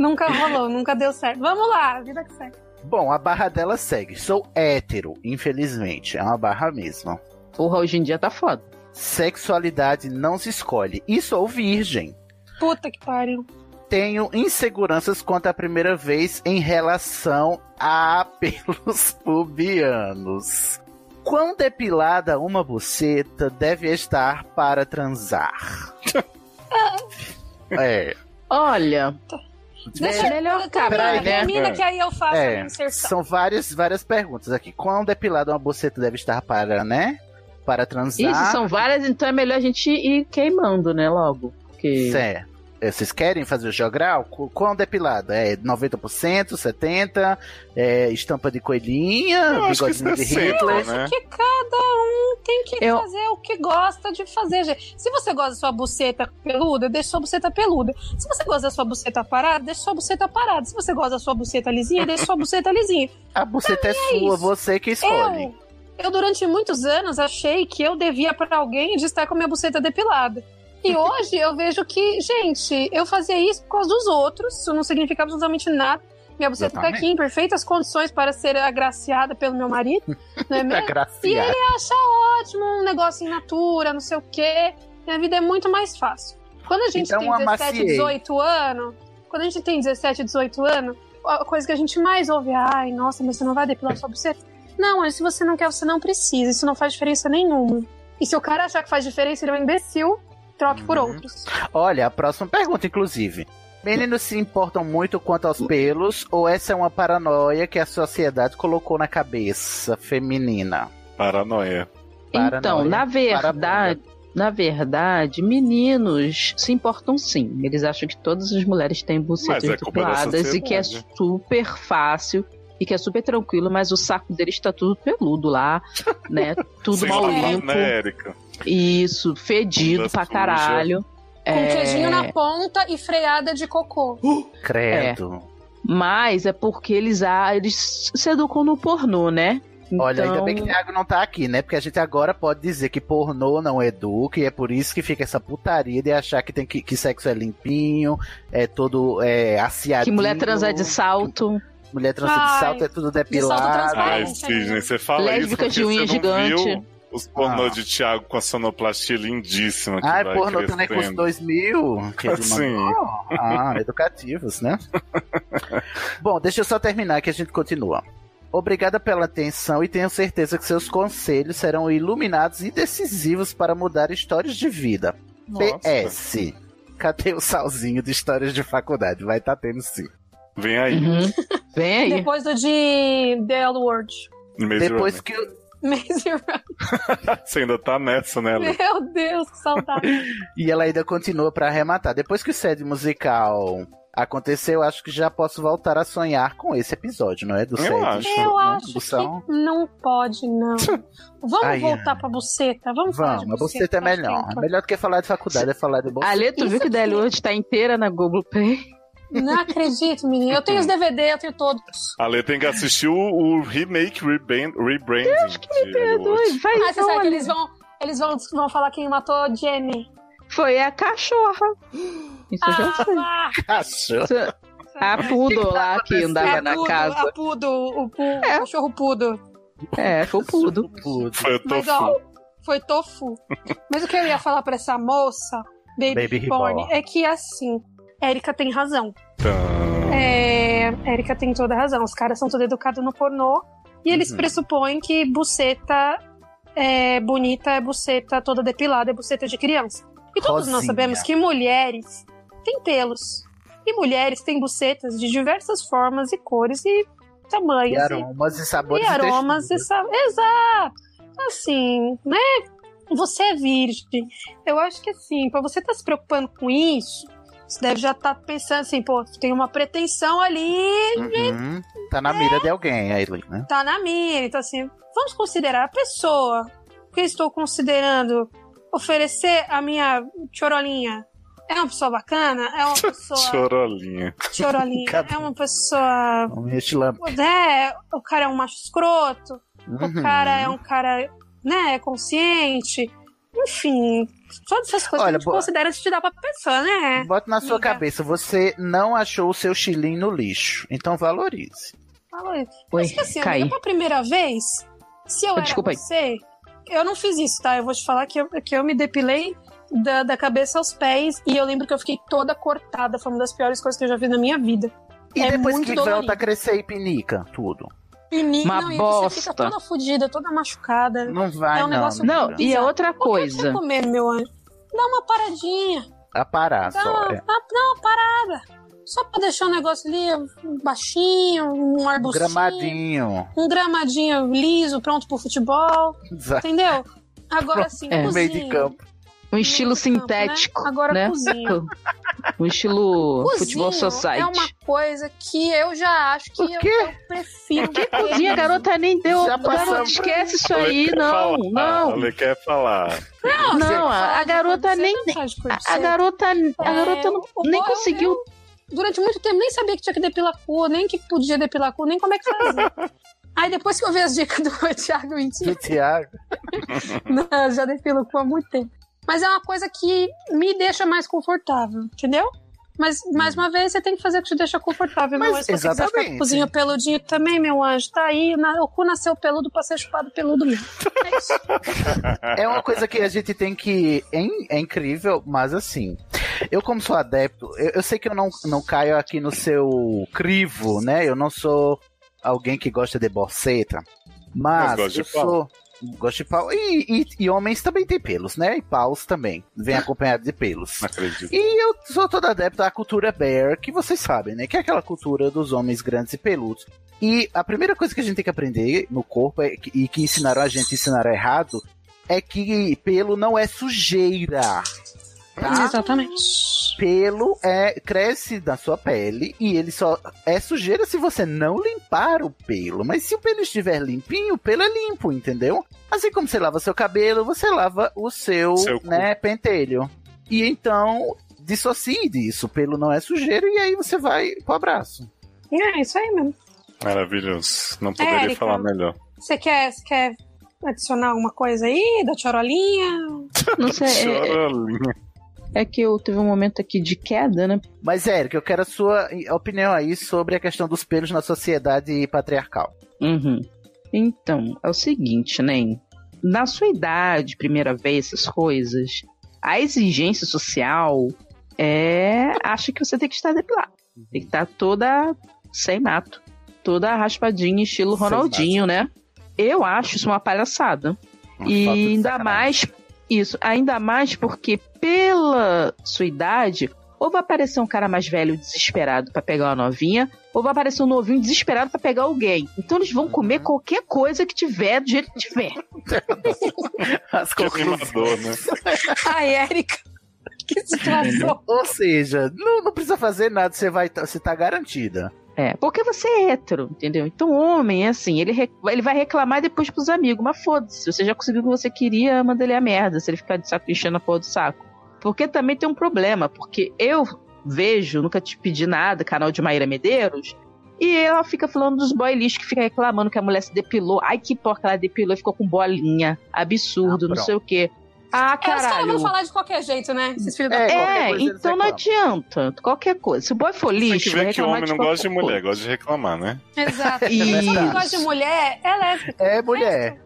S6: nunca rolou, nunca deu certo. Vamos lá, vida que segue.
S1: Bom, a barra dela segue. Sou hétero, infelizmente. É uma barra mesmo.
S2: Porra, hoje em dia tá foda.
S1: Sexualidade não se escolhe. E sou virgem.
S6: Puta que pariu.
S1: Tenho inseguranças quanto à primeira vez em relação a pelos pubianos. Quão depilada uma buceta deve estar para transar? é.
S2: Olha,
S6: Deixa
S2: é melhor
S6: Cara,
S2: cara, né?
S6: termina que aí eu faço a
S1: É,
S6: inserção.
S1: são várias, várias perguntas aqui. Quão depilada uma buceta deve estar para, né? Para transar?
S2: Isso, são várias, então é melhor a gente ir queimando, né, logo. Porque...
S1: Cé, é, vocês querem fazer o jogral? Qu- Quão depilado? É 90%, 70%? É, estampa de coelhinha?
S4: Eu acho que
S1: Bigodinho de
S4: 60,
S1: Hitler?
S4: né?
S6: Que cada um tem que
S2: Eu-
S6: fazer o que gosta de fazer, gente. Se você gosta da sua buceta peluda, deixa sua buceta peluda. Se você gosta da sua buceta parada, deixa sua buceta parada. Se você gosta da sua buceta lisinha, deixa sua buceta lisinha.
S1: A buceta é sua,
S6: isso.
S1: você que escolhe.
S6: Eu, eu durante muitos anos achei que eu devia pra alguém de estar com a minha buceta depilada. E hoje eu vejo que, gente, eu fazia isso por causa dos outros, isso não significa absolutamente nada. Minha buceta tá
S1: Exatamente.
S6: aqui em perfeitas condições para ser agraciada pelo meu marido, não
S1: Tá
S6: é
S2: né?
S6: mesmo? E
S1: graciado.
S6: ele acha ótimo, um negócio in natura, não sei o quê. Minha vida é muito mais fácil. Quando a gente
S1: Então,
S6: tem 17,
S1: amaciei.
S6: 18 anos, quando a gente tem 17, 18 anos, a coisa que a gente mais ouve é, ai, nossa, mas você não vai depilar sua buceta? Não, mas se você não quer, você não precisa. Isso não faz diferença nenhuma. E se o cara achar que faz diferença, ele é um imbecil, troque por
S1: Uhum.
S6: outros.
S2: é-
S1: Olha, a próxima pergunta, inclusive. Meninos se importam muito quanto aos pelos ou essa é uma paranoia que a sociedade colocou na cabeça feminina?
S4: Paranoia.
S2: Então,
S1: Paranoia.
S2: na verdade, na verdade, meninos se importam sim. Eles acham que todas as mulheres têm bucetas
S4: Mas é culpa da
S2: dupladas e que é
S4: sociedade.
S2: super fácil e que é super tranquilo, mas o saco deles tá tudo peludo lá, né? Tudo
S4: Sem sapato,
S2: maluco.
S4: né, Érica?
S2: Isso, fedido
S4: Bunda
S2: pra
S4: suja.
S2: caralho.
S6: Com um
S2: É,
S6: queijinho na ponta e freada de cocô.
S1: Credo.
S2: Mas é porque eles, ah, eles se educam no pornô, né?
S1: Olha,
S2: Então-
S1: ainda bem que o Thiago não tá aqui, né? Porque a gente agora pode dizer que pornô não educa e é por isso que fica essa putaria de achar que tem que, que sexo é limpinho, é todo é, aciadinho.
S2: Que mulher transa de salto.
S1: Mulher transa de
S6: Ai,
S1: salto, é tudo
S6: salto
S1: depilado.
S6: transparente.
S4: Ai,
S6: Ai,
S4: Sidney, você fala
S2: Lésbica
S4: isso
S2: de
S4: porque você
S2: unha
S4: não
S2: gigante.
S4: viu os pornô
S1: Ah.
S4: de Thiago com a sonoplastia lindíssima que
S1: Ai,
S4: vai
S1: pornô também é com os
S4: crescendo.
S1: 2000. Que ele
S4: Sim.
S1: mandou. Ah, educativos, né? Bom, deixa eu só terminar que a gente continua. Obrigada pela atenção e tenho certeza que seus conselhos serão iluminados e decisivos para mudar histórias de vida.
S4: Nossa.
S1: PS. Cadê o salzinho de histórias de faculdade? Vai tá tendo sim.
S4: Vem aí.
S2: Uhum. Vem aí.
S6: Depois do de The L Word.
S4: Maze
S1: Depois
S4: Runner.
S1: que,
S6: Maze Runner.
S4: Você ainda tá nessa, né, Lê?
S6: Meu Deus, que saudade.
S1: E ela ainda continua pra arrematar. Depois que o sede musical aconteceu, acho que já posso voltar a sonhar com esse episódio, não é? Do
S4: Eu
S1: sede.
S4: acho.
S1: né?
S6: Eu acho
S1: Do São.
S6: que não pode, não. Vamos
S1: Ai,
S6: voltar pra buceta. Vamos, falar de
S1: Vamos, a buceta é
S6: faz
S1: melhor.
S6: tempo.
S1: Melhor do que falar de faculdade é falar de buceta.
S2: Alê, tu viu que Deluxe tá inteira na Globoplay?
S6: Não acredito, menina. Eu tenho os DVD, eu tenho todos.
S4: A Lê tem que assistir o, o remake, rebrand, rebranding. Eu acho que me
S2: Perdoe, vai
S6: Ah, você
S2: então,
S6: sabe que
S2: Alê.
S6: eles vão, eles vão, vão falar quem matou Jenny.
S2: Foi a cachorra. Isso eu já sei.
S6: Ah,
S1: Cachorro.
S2: Isso- A Pudo lá que andava na casa.
S6: a pudo, o, pu,
S2: É.
S6: o cachorro pudo.
S2: É, foi o Pudo.
S1: Puto.
S4: Foi o
S6: Mas,
S4: tofu.
S6: ó, Foi tofu. Mas o que eu ia falar pra essa moça, Baby,
S1: Baby
S6: Born,
S1: Reborn.
S6: é que assim, Érica tem razão.
S4: Então,
S6: É, Érica tem toda razão. Os caras são todos educados no pornô e eles
S1: Uhum.
S6: pressupõem que buceta é bonita é buceta toda depilada, é buceta de criança. E todos nós
S1: Rosinha.
S6: sabemos que mulheres têm pelos. E mulheres têm bucetas de diversas formas e cores e tamanhos.
S1: E aromas e
S6: e
S1: sabores.
S6: aromas e
S1: texturas.
S6: sabe. Exato! Assim, né? Você é virgem. Eu acho que assim, pra você estar se preocupando com isso, você deve já estar pensando assim, pô, tem uma pretensão ali,
S1: Uhum. Tá na mira de alguém aí, né?
S6: tá na mira. Então, assim, vamos considerar a pessoa que eu estou considerando oferecer a minha chorolinha. É uma pessoa bacana? É uma pessoa
S4: chorolinha.
S6: chorolinha?
S1: Cada-
S6: É uma pessoa.
S1: Um estilão.
S6: Né? O cara é um macho escroto?
S1: Uhum.
S2: Uhum.
S6: O cara é um cara, né, consciente. Enfim, todas essas coisas
S1: Olha,
S6: que a gente
S1: boa.
S6: considera se te dá pra pensar, né?
S1: Bota na sua
S6: Amiga.
S1: cabeça, você não achou o seu chilim no lixo. Então valorize.
S6: Falou isso.
S2: Oi,
S6: Mas que assim,
S2: caí.
S6: amiga, pra primeira vez, se eu
S2: Oh,
S6: era
S2: desculpa aí.
S6: você, eu não fiz isso, tá? Eu vou te falar que eu, que eu me depilei da, da cabeça aos pés e eu lembro que eu fiquei toda cortada. Foi uma das piores coisas que eu já vi na minha vida.
S1: E
S6: É
S1: depois
S6: muito
S1: que
S6: dolorido.
S1: volta a crescer e pinica, tudo.
S6: Menina,
S2: Uma
S6: e você fica
S2: bosta.
S6: toda fodida, toda machucada.
S1: Não vai,
S6: É um
S1: não.
S6: negócio
S1: amiga.
S2: Não, e a outra
S6: O que eu
S2: coisa.
S6: te recomendo, meu anjo? Dá uma paradinha.
S1: A parar
S6: Dá
S1: só.
S6: uma,
S1: é.
S6: dá- dá uma tá, parada. Só pra deixar o negócio ali baixinho, um
S1: Um
S6: arbustinho.
S1: gramadinho.
S6: Um gramadinho liso, pronto pro futebol.
S1: Exa-
S6: Entendeu? Agora assim,
S2: É.
S1: No
S6: cozinha.
S1: meio de campo.
S2: Um estilo
S6: Meio de campo, né?
S2: sintético.
S6: Agora
S2: né?
S6: cozinha.
S2: Um estilo
S6: Cozinho
S2: futebol society.
S6: é uma coisa que eu já acho que
S1: O
S6: eu,
S1: quê?
S6: eu prefiro. Que
S2: Cozinha, garota, nem deu.
S1: Já passamos
S2: Garota,
S1: pra
S2: esquece isso
S4: Ela
S2: aí.
S4: quer
S2: Não,
S4: falar,
S2: não.
S4: Ela Ah, quer falar.
S6: Não,
S2: Não,
S6: você
S2: a- a
S6: fala de
S2: garota
S6: você,
S2: nem-
S6: não fala de
S2: A, a
S6: você.
S2: garota, a
S6: É,
S2: garota não-
S6: o- o
S2: nem
S6: bom-
S2: conseguiu.
S6: durante muito tempo nem sabia que tinha que depilar cu, nem que podia depilar cu, nem como é que fazia. Aí depois que eu vi as dicas do Thiago, mentira,
S1: Do Thiago.
S6: não, já depilo cu há muito tempo. Mas é uma coisa que me deixa mais confortável, entendeu? Mas, mais uma vez, você tem que fazer o que te deixa confortável, meu
S1: Mas
S6: anjo. Se você quiser ficar com
S1: exatamente.
S6: o cozinho peludinho também, meu anjo, tá aí. na- o cu nasceu peludo pra ser chupado peludo mesmo. É isso.
S1: É uma coisa que a gente tem que. É, in- é incrível, mas assim. Eu, como sou adepto, eu, eu sei que eu não, não caio aqui no seu crivo, né? Eu não sou alguém que gosta de borceta. Mas,
S4: Mas gosta de
S1: eu
S4: pau.
S1: sou. Gosto de pau. E, e- e homens também têm pelos, né? E paus também. Vem acompanhado de pelos.
S4: Não acredito.
S1: E eu sou todo adepto à cultura bear, que vocês sabem, né? Que é aquela cultura dos homens grandes e peludos. E a primeira coisa que a gente tem que aprender no corpo, é que- e que ensinaram a gente, ensinaram errado, é que pelo não é sujeira. Tá?
S6: Exatamente.
S1: Pelo é, cresce na sua pele e ele só é sujeira se você não limpar o pelo. Mas se o pelo estiver limpinho, o pelo é limpo, entendeu? Assim como você lava seu cabelo, você lava o seu,
S4: Seu cu.
S1: né, pentelho. E então, dissocie disso. O pelo não é sujeira e aí você vai pro abraço.
S6: É, isso aí mesmo.
S4: Maravilhoso. Não poderia
S6: Érica.
S4: falar melhor.
S6: Você quer, você quer adicionar alguma coisa aí da tchorolinha?
S2: Não sei. é-
S4: Chorolinha.
S2: É, que eu teve um momento aqui de queda, né?
S1: Mas, Eric, eu quero a sua opinião aí sobre a questão dos pelos na sociedade patriarcal.
S2: Uhum. Então, é o seguinte, né? Na sua idade, primeira vez, essas coisas, a exigência social é. acha que você tem que estar depilado. Tem que estar toda sem mato. Toda raspadinha, estilo
S1: Sem
S2: Ronaldinho, né? Eu acho isso uma palhaçada.
S4: Um
S1: Uma
S2: E
S1: falta de
S2: ainda
S1: sacanagem.
S2: mais isso, ainda mais porque pela sua idade,
S10: Ou vai aparecer um cara mais velho desesperado pra pegar uma novinha, ou vai aparecer um novinho desesperado pra pegar alguém. Então eles vão
S1: Uhum.
S10: comer qualquer coisa que tiver, do jeito que tiver.
S1: As
S4: Que animador, né?
S6: Ai, Érica. É Que situação.
S1: Ou seja, não, não precisa fazer nada, você vai, tá- você tá garantida.
S10: É, porque você é hétero, entendeu? Então, homem, é assim, ele, re- ele vai reclamar depois pros amigos, mas foda-se, você já conseguiu o que você queria, manda ele a merda, se ele ficar de saco enchendo a porra do saco. Porque também tem um problema, porque eu vejo, nunca te pedi nada, canal de Maíra Medeiros, e ela fica falando dos boy lixo que fica reclamando que a mulher se depilou. Ai, que porca, ela depilou e ficou com bolinha. Absurdo,
S1: Ah,
S10: não
S1: pronto.
S10: sei o quê. Ah,
S6: É, os caras
S10: caralho.
S6: vão falar de qualquer jeito, né? Esses filhos da...
S1: É, qualquer
S10: É,
S1: coisa eles
S10: então não
S1: reclamam.
S10: adianta. Qualquer coisa. Se o boy for
S4: Tem
S10: lixo,
S4: que
S10: vai
S4: ver que
S10: reclamar
S4: homem
S10: de
S4: não
S10: qualquer
S4: gosta de mulher,
S10: coisa.
S4: gosta de reclamar, né?
S6: Exato.
S10: Isso.
S6: Só quem gosta de mulher é lésbica.
S1: É mulher.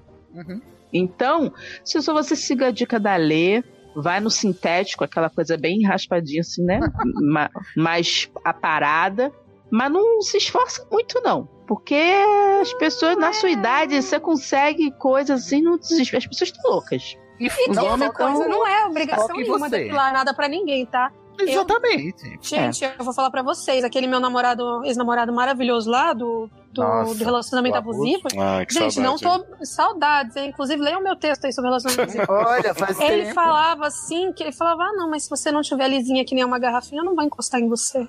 S10: Então, se só você siga a dica da Lê, vai no sintético, aquela coisa bem raspadinha assim, né? Ma- mais aparada. Mas não se esforça muito, não. Porque as pessoas, na sua idade, você consegue coisas assim, não desespera. As pessoas estão loucas.
S1: E
S6: E
S1: não,
S6: tem outra
S1: então,
S6: coisa, não é
S1: foca
S6: obrigação
S1: em
S6: nenhuma
S1: você.
S6: depilar nada pra ninguém, tá?
S1: Exatamente.
S6: Gente,
S1: É.
S6: eu vou falar pra vocês, aquele meu namorado, ex-namorado maravilhoso lá, do, do,
S1: Nossa,
S6: do relacionamento
S1: do abuso.
S6: abusivo.
S4: Ah, que
S6: Gente,
S4: saudade.
S6: não tô. Saudades, hein? Inclusive, leiam meu texto aí sobre relacionamento abusivo.
S1: Olha, faz
S6: Ele
S1: tempo.
S6: falava assim, que ele falava, ah, não, mas se você não tiver lisinha que nem uma garrafinha, eu não vou encostar em você.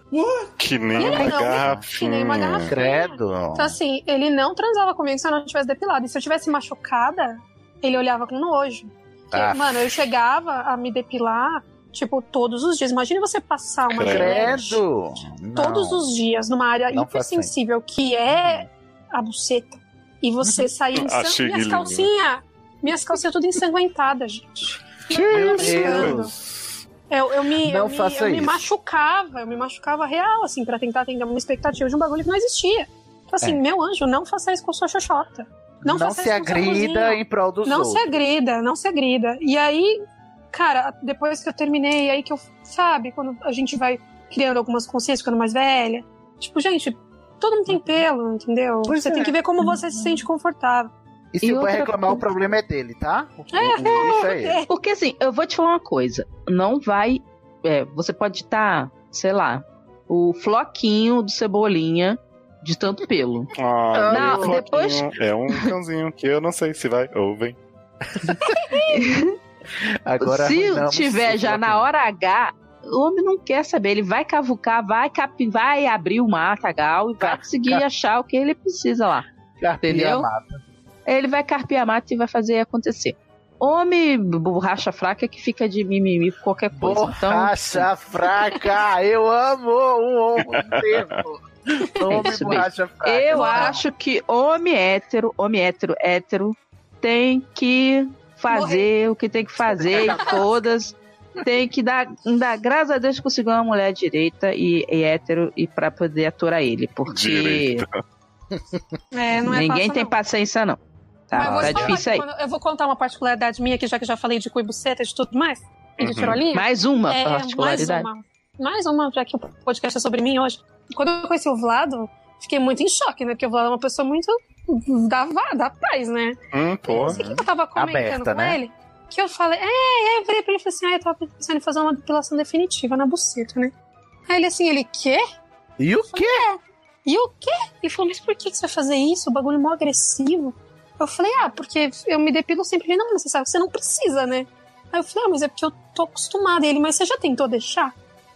S4: Que nem
S6: Ele
S4: uma
S6: não,
S4: garrafinha.
S6: que nem uma garrafinha.
S1: Credo.
S6: Então, assim, ele não transava comigo se eu não tivesse depilado. E se eu tivesse machucada, ele olhava com nojo. Porque,
S1: Ah.
S6: mano, eu chegava a me depilar, tipo, todos os dias. Imagina você passar uma
S4: Credo.
S6: gelete
S1: Credo.
S6: todos
S1: Não.
S6: os dias numa área
S1: Não Uhum. faz
S6: hipersensível, que é a buceta. E você sair em
S4: Uhum. Achei
S6: sangue. Minhas
S4: lindo.
S6: calcinhas. Minhas calcinhas tudo ensanguentadas, gente.
S1: Meu
S6: Credo.
S1: Deus.
S6: Eu, eu me,
S1: Não
S6: eu me,
S1: faça
S6: eu me
S1: isso.
S6: machucava, eu me machucava real, assim, pra tentar atender uma expectativa de um bagulho que não existia. Então, assim,
S1: É.
S6: meu anjo, não faça isso com sua xoxota. Não,
S1: Não,
S6: faça
S1: se
S6: isso com seu
S1: agrida
S6: cozinho.
S1: em prol dos
S6: Não
S1: outros.
S6: se agrida, não se agrida. E aí, cara, depois que eu terminei, é aí que eu, sabe, quando a gente vai criando algumas consciências, ficando mais velha. Tipo, gente, todo
S10: Uhum.
S6: mundo tem pelo, entendeu?
S1: Pois
S6: você
S1: é.
S6: tem que ver como você se sente confortável.
S1: E se
S10: E
S1: o boy
S10: outra
S1: reclamar,
S10: coisa-
S1: o problema é dele, tá? O, o lixo é ele.
S10: Porque assim, eu vou te falar uma coisa. Não vai. é, você pode estar, sei lá, o floquinho do cebolinha de tanto pelo.
S4: Ah,
S10: Não,
S4: meu
S10: depois-
S4: floquinho. É um cãozinho que eu não sei se vai ou vem.
S1: Agora
S10: se
S1: arruinamos
S10: tiver
S1: o
S10: já na
S1: bloco.
S10: hora H, o homem não quer saber. Ele vai cavucar, vai, capi, vai abrir o matagal e vai conseguir
S1: ca-
S10: achar o que ele precisa lá.
S1: Carpia
S10: entendeu?
S1: amada.
S10: Ele vai carpear a mata e vai fazer acontecer. Homem borracha fraca é que fica de mimimi por qualquer coisa. Então,
S1: Borracha fraca, eu amo um homem termo. Homem
S10: É isso mesmo.
S1: borracha fraca.
S6: Tá,
S10: Então, eu
S1: Não.
S10: acho que homem hétero, homem hétero, hétero, tem que fazer o que tem que fazer e todas. Tem que dar, dar graças a Deus que conseguiu uma mulher direita e, e hétero e pra poder aturar ele, porque
S4: Direita.
S6: É, não é
S10: ninguém
S6: fácil,
S10: tem
S6: não.
S10: paciência não.
S6: Mas eu
S10: Tá,
S6: vou
S10: tá
S6: te falar
S10: difícil
S6: que
S10: aí.
S6: quando- eu vou contar uma particularidade minha aqui, já que eu já falei de cu e buceta e de tudo mais. E de
S4: Uhum.
S6: tirolinha.
S10: Mais uma
S6: É,
S10: particularidade.
S6: Mais uma. Mais uma, já que o podcast é sobre mim hoje. Quando eu conheci o Vlado, fiquei muito em choque, né? Porque o Vlado é uma pessoa muito da, va- da paz, né?
S4: Hum, pô.
S6: Não sei o que que eu tava comentando
S1: Uhum. Aberta,
S6: com
S1: né?
S6: ele. Que eu falei, é, é, eu virei pra ele e falei assim, ah, eu tava pensando em fazer uma depilação definitiva na buceta, né? Aí ele assim, ele, quê?
S1: E o quê?
S6: E o quê? Ele falou, mas por que que você vai fazer isso? O bagulho é mó agressivo. Eu falei, ah, porque eu me depilo sempre. Ele, não, mas você sabe que você não precisa, né? Aí eu falei, ah, mas é porque eu tô acostumada. Ele, mas você já tentou deixar?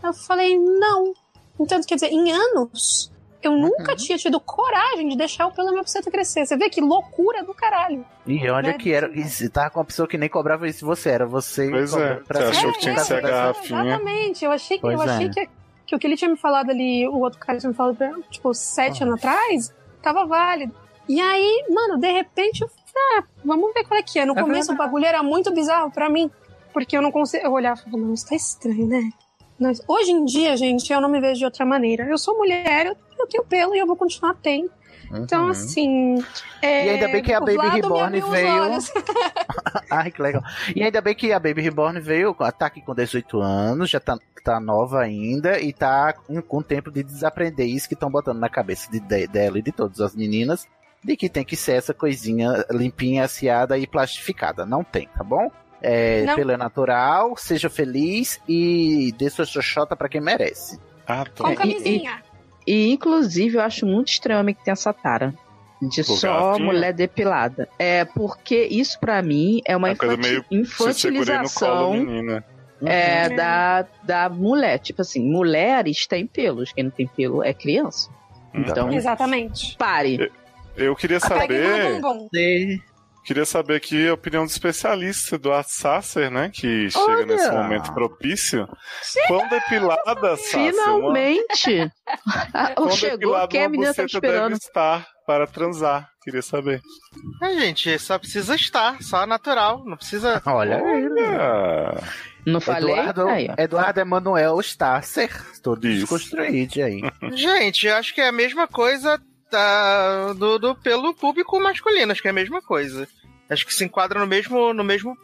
S6: Aí eu falei, não. Então, quer dizer, em anos, eu
S1: Uhum.
S6: nunca tinha tido coragem de deixar o pelo da minha buceta crescer. Você vê que loucura do caralho.
S1: E olha
S6: Né?
S1: que era. e se tava com uma pessoa que nem cobrava isso, você era você.
S4: Pois é,
S1: cobrando pra
S4: você
S1: cima
S4: achou
S1: de
S4: que tinha que
S1: cada
S4: ser a
S1: pessoa.
S4: garrafa.
S6: Exatamente. Eu achei, que, eu
S1: Pois é.
S6: achei que, que o que ele tinha me falado ali, o outro cara tinha me falado, tipo, sete anos atrás, tava válido. E aí, mano, de repente, eu falei, ah, vamos ver qual é que é. No
S1: É
S6: começo o bagulho era muito bizarro pra mim, porque eu não conseguia. Eu olhava e falava, não, isso tá estranho, né? Não, isso- Hoje em dia, gente, eu não me vejo de outra maneira. Eu sou mulher, eu, eu tenho pelo e eu vou continuar tendo. Então,
S1: Uhum.
S6: assim. é,
S1: E ainda bem que a
S6: o
S1: Baby
S6: Vlado me
S1: Reborn
S6: abriu os
S1: veio-
S6: olhos.
S1: Ai, que legal. E ainda bem que a Baby Reborn veio, tá aqui com 18 anos, já tá, tá nova ainda, e tá com, com tempo de desaprender isso que estão botando na cabeça de- de- dela e de todas as meninas, de que tem que ser essa coisinha limpinha, aciada e plastificada. Não tem, tá bom? É,
S11: Não.
S1: pelo é natural, seja feliz e dê sua xoxota pra quem merece.
S4: Ah,
S1: É,
S11: Com camisinha.
S10: E inclusive eu acho muito estranho homem que tem essa tara. De
S4: Por
S10: só
S4: gatinho?
S10: mulher depilada. É, porque isso pra mim é uma
S4: Uma coisa
S10: infati-
S4: meio Se segurei no colo, né?
S10: infantilização
S4: menina.
S10: é,
S11: Uhum.
S10: da, da mulher. Tipo assim, mulheres têm pelos. Quem não tem pelo é criança. Então,
S11: Exatamente.
S10: pare.
S4: Hum. Eu queria
S11: Pegue no
S6: um
S4: saber,
S11: bumbum.
S4: queria saber aqui a opinião do especialista, Eduardo Sasser, né? Que chega
S1: Olha!
S4: nesse momento propício. Quão depilada, Sasser? uma-
S10: Finalmente! Ah,
S4: Quão
S10: Chegou
S4: depilada
S10: quem a
S4: uma
S10: menina tá
S4: buceta deve
S10: esperando.
S4: estar para transar. Queria saber.
S9: É, gente, só precisa estar, só natural. Não precisa.
S10: É
S1: Olha,
S4: Ah,
S10: Não falei?
S1: Eduardo,
S10: Aí, ó. Tá
S1: Eduardo Emanuel Stasser. Todo
S4: Isso.
S1: desconstruído aí.
S9: Gente, eu acho que é a mesma coisa da- do, do pelo público masculino, acho que é a mesma coisa. Acho que se enquadra no mesmo, no mesmo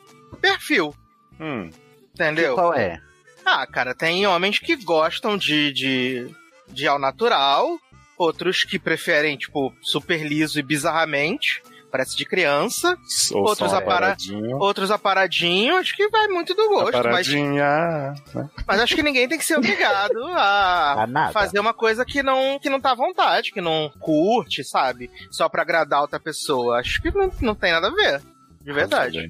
S9: perfil,
S4: hum.
S9: entendeu?
S1: Qual é?
S9: Ah, cara, tem homens que gostam de, de, de ao natural, outros que preferem, tipo, super liso e bizarramente, parece de criança,
S4: Ou
S9: Outros
S4: só um uma
S9: apara-
S4: paradinha.
S9: outros aparadinho, acho que vai muito do
S4: Uma
S9: gosto, mas,
S4: Paradinha.
S9: mas acho que ninguém tem que ser obrigado a
S4: Ah,
S1: A Tá nada.
S9: fazer uma coisa que não, que não tá à vontade, que não curte, sabe? Só pra agradar outra pessoa. Acho que não, não tem nada a ver, de verdade.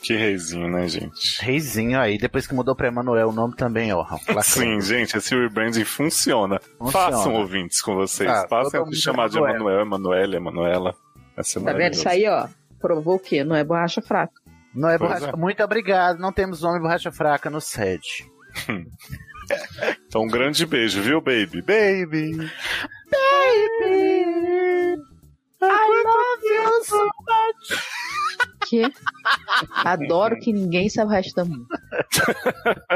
S4: Que reizinho, né, gente?
S1: Reizinho aí, depois que mudou pra Emanuel o nome também, ó. Lacrou.
S4: Sim, Assim, um gente, esse rebranding funciona.
S1: Funciona.
S4: Façam ouvintes com vocês.
S1: Ah,
S4: Façam
S1: todo
S4: eu
S1: mundo
S4: chamar de
S1: Emanuel.
S4: Emanuel, Emanuela, Emanuela. Essa é
S10: Tá vendo?
S4: maravilhosa.
S10: Isso aí, ó. Provou o quê? Não é borracha fraca.
S1: Não é
S4: Pois
S1: borracha.
S4: é.
S1: Muito obrigado. Não temos homem borracha fraca no set.
S4: Então, um grande beijo, viu, baby? Baby!
S10: Que?
S9: Ah, é,
S10: Adoro que ninguém sabe o resto da música.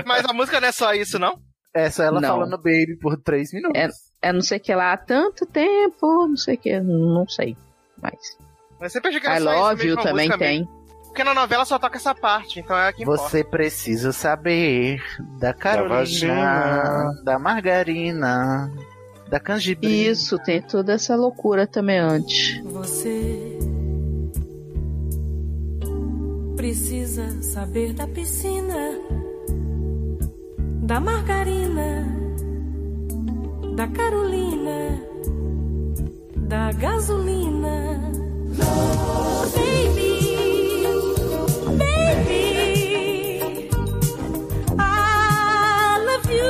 S9: Mas a música não é só isso, não?
S1: É só ela
S10: Não.
S1: falando baby por três minutos.
S10: É não sei o que lá há tanto tempo, não sei o que, não sei. Mas.
S9: Mas sempre achei que era
S10: I
S9: só isso, a
S10: love you
S9: mesma
S10: também
S9: música
S10: tem.
S9: mesmo.
S10: tá
S9: Porque na novela só toca essa parte, então é a que importa.
S1: Você precisa saber da Carolina,
S4: vagina.
S1: da, margarina, da canjibrina.
S10: Isso, tem toda essa loucura também antes.
S12: Você precisa saber da piscina, da margarina, da Carolina, da gasolina. Baby, baby, I love you.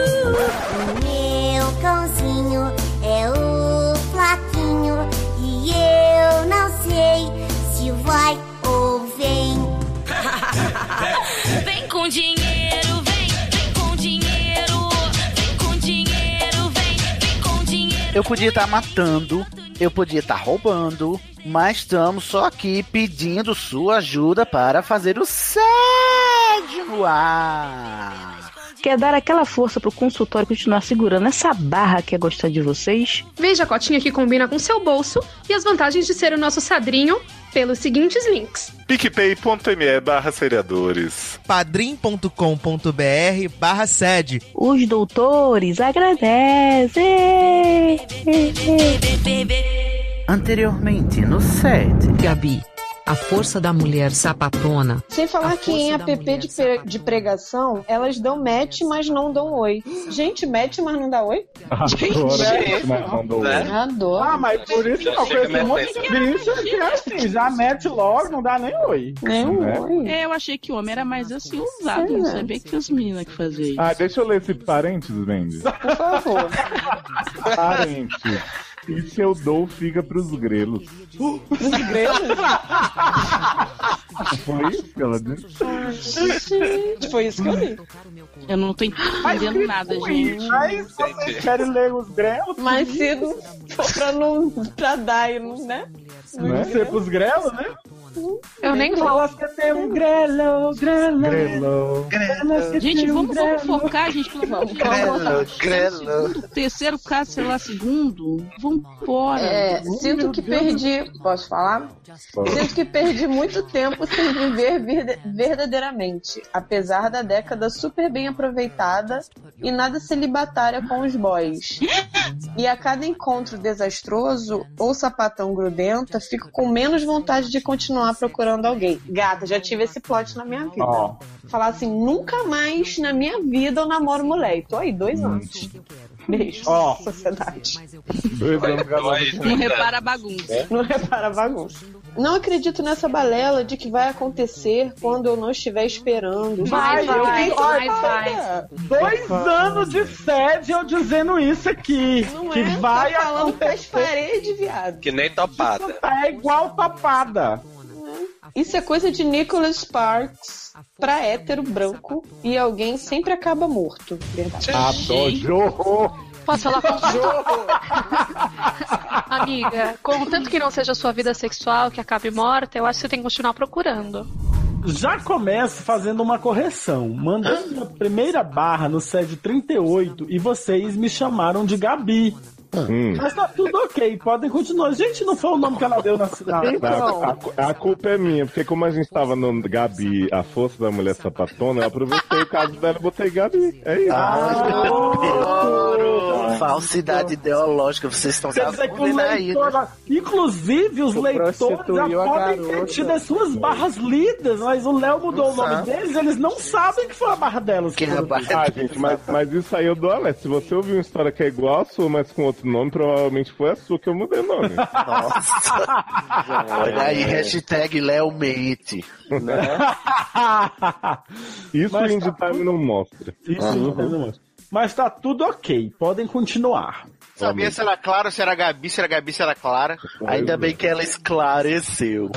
S13: Meu cãozinho é o Flaquinho e eu não sei se vai ou vem.
S12: Vem com dinheiro, vem, vem com dinheiro, vem com dinheiro, vem, vem com dinheiro.
S1: Eu podia estar matando, eu podia estar roubando, mas estamos só aqui pedindo sua ajuda para fazer o sede no ar.
S14: Quer dar aquela força pro consultório continuar segurando essa barra que é gostar de vocês?
S6: Veja a cotinha que combina com seu bolso e as vantagens de ser o nosso sadrinho pelos seguintes links.
S4: picpay.me barra seriadores.
S15: padrim.com.br barra sede.
S14: Os doutores agradecem!
S1: Anteriormente no sede.
S12: Gabi, a força da mulher sapatona.
S2: Sem falar
S12: A
S2: que em
S12: força da
S2: app de,
S12: mulher,
S2: pre- de pregação, elas dão match, mas não dão oi. Gente, match, mas não dá oi? né?
S9: Gente,
S2: Adoro. Ah, mas
S9: um
S4: né?
S2: por isso não, conheço um monte de bicho que é assim, já mete logo, não dá nem oi. Nem oi.
S14: É, eu achei que o homem era mais assim usado. Não sabia que tinha as meninas que faziam isso.
S4: Ah, deixa eu ler esse parênteses, Mendes.
S2: Por favor.
S4: Parênteses. E se eu dou, fica pros grelos. Foi isso que ela disse?
S2: Gente, foi isso que eu li.
S14: Eu não tô entendendo nada, gente.
S2: Mas se não for pra não pra dar, e não, né? Não é ser pros grelos, né?
S6: Eu nem vou.
S2: Fala que tem um grelo, grelo.
S14: Gente, vamos, vamos focar, gente, pelo amor de Deus. Segundo, terceiro caso, sei lá, segundo. Vambora.
S2: É, sinto que perdi. Posso falar? Sinto que perdi muito tempo sem viver verde- verdadeiramente, apesar da década super bem aproveitada e nada celibatária com os boys. E a cada encontro desastroso ou sapatão grudenta, fico com menos vontade de continuar lá procurando alguém. Gata, já tive esse plot na minha vida.
S9: Ó.
S2: Falar assim, nunca mais na minha vida eu namoro mulher. E tô aí dois anos. Beijo,
S9: Hum. Ó.
S2: sociedade.
S9: Dois anos casados.
S2: Não repara a bagunça. Não repara a bagunça. Não acredito nessa balela de que vai acontecer quando eu não estiver esperando. eu
S9: Vai, vai,
S2: fiquei-
S9: vai,
S2: Olha,
S9: vai. Dois anos de sede eu dizendo isso aqui. que
S2: é?
S9: vai
S2: Tá falando
S9: acontecer.
S2: pras paredes, viado.
S8: Que nem topada.
S9: É igual papada.
S2: Isso é coisa de Nicholas Sparks pra hétero branco e alguém sempre acaba morto. Verdade.
S9: Adoro.
S6: Posso falar com Amiga, contanto que não seja sua vida sexual que acabe morta, eu acho que você tem que continuar procurando.
S9: Já começo fazendo uma correção, mandando a primeira barra no sede 38 e vocês me chamaram de Gabi. Mas tá tudo ok, podem continuar. Gente, não foi o nome que ela deu né? na cidade.
S4: Não, a, a culpa é minha, porque como a gente tava no Gabi, a força da mulher sapatona, eu aproveitei o caso dela e botei Gabi. É isso.
S1: Falsidade ideológica, vocês estão
S9: Quer dizer que o
S1: sabendo aí. né?
S9: leitor, inclusive os
S1: Tu
S9: leitores já
S1: prostituiu a
S9: podem ter
S1: garota.
S9: tido as suas barras lidas, mas o Léo mudou
S4: Não
S9: o nome
S4: sabe.
S9: deles, eles não sabem que foi a barra delas. Que
S4: Ah, gente, mas, mas isso aí eu dou alerta. Se você ouvir uma história que é igual a sua, mas com outro nome, provavelmente foi a sua que eu mudei o nome.
S1: Nossa. Olha aí, hashtag Léo Mente. né?
S4: Isso
S9: Mas
S4: o Indie Time não mostra.
S9: Isso o Indie Time não mostra. Mas tá tudo ok, podem continuar.
S16: Sabia se era Clara, se era Gabi, se era Gabi, se era Clara.
S1: Ainda bem que ela esclareceu.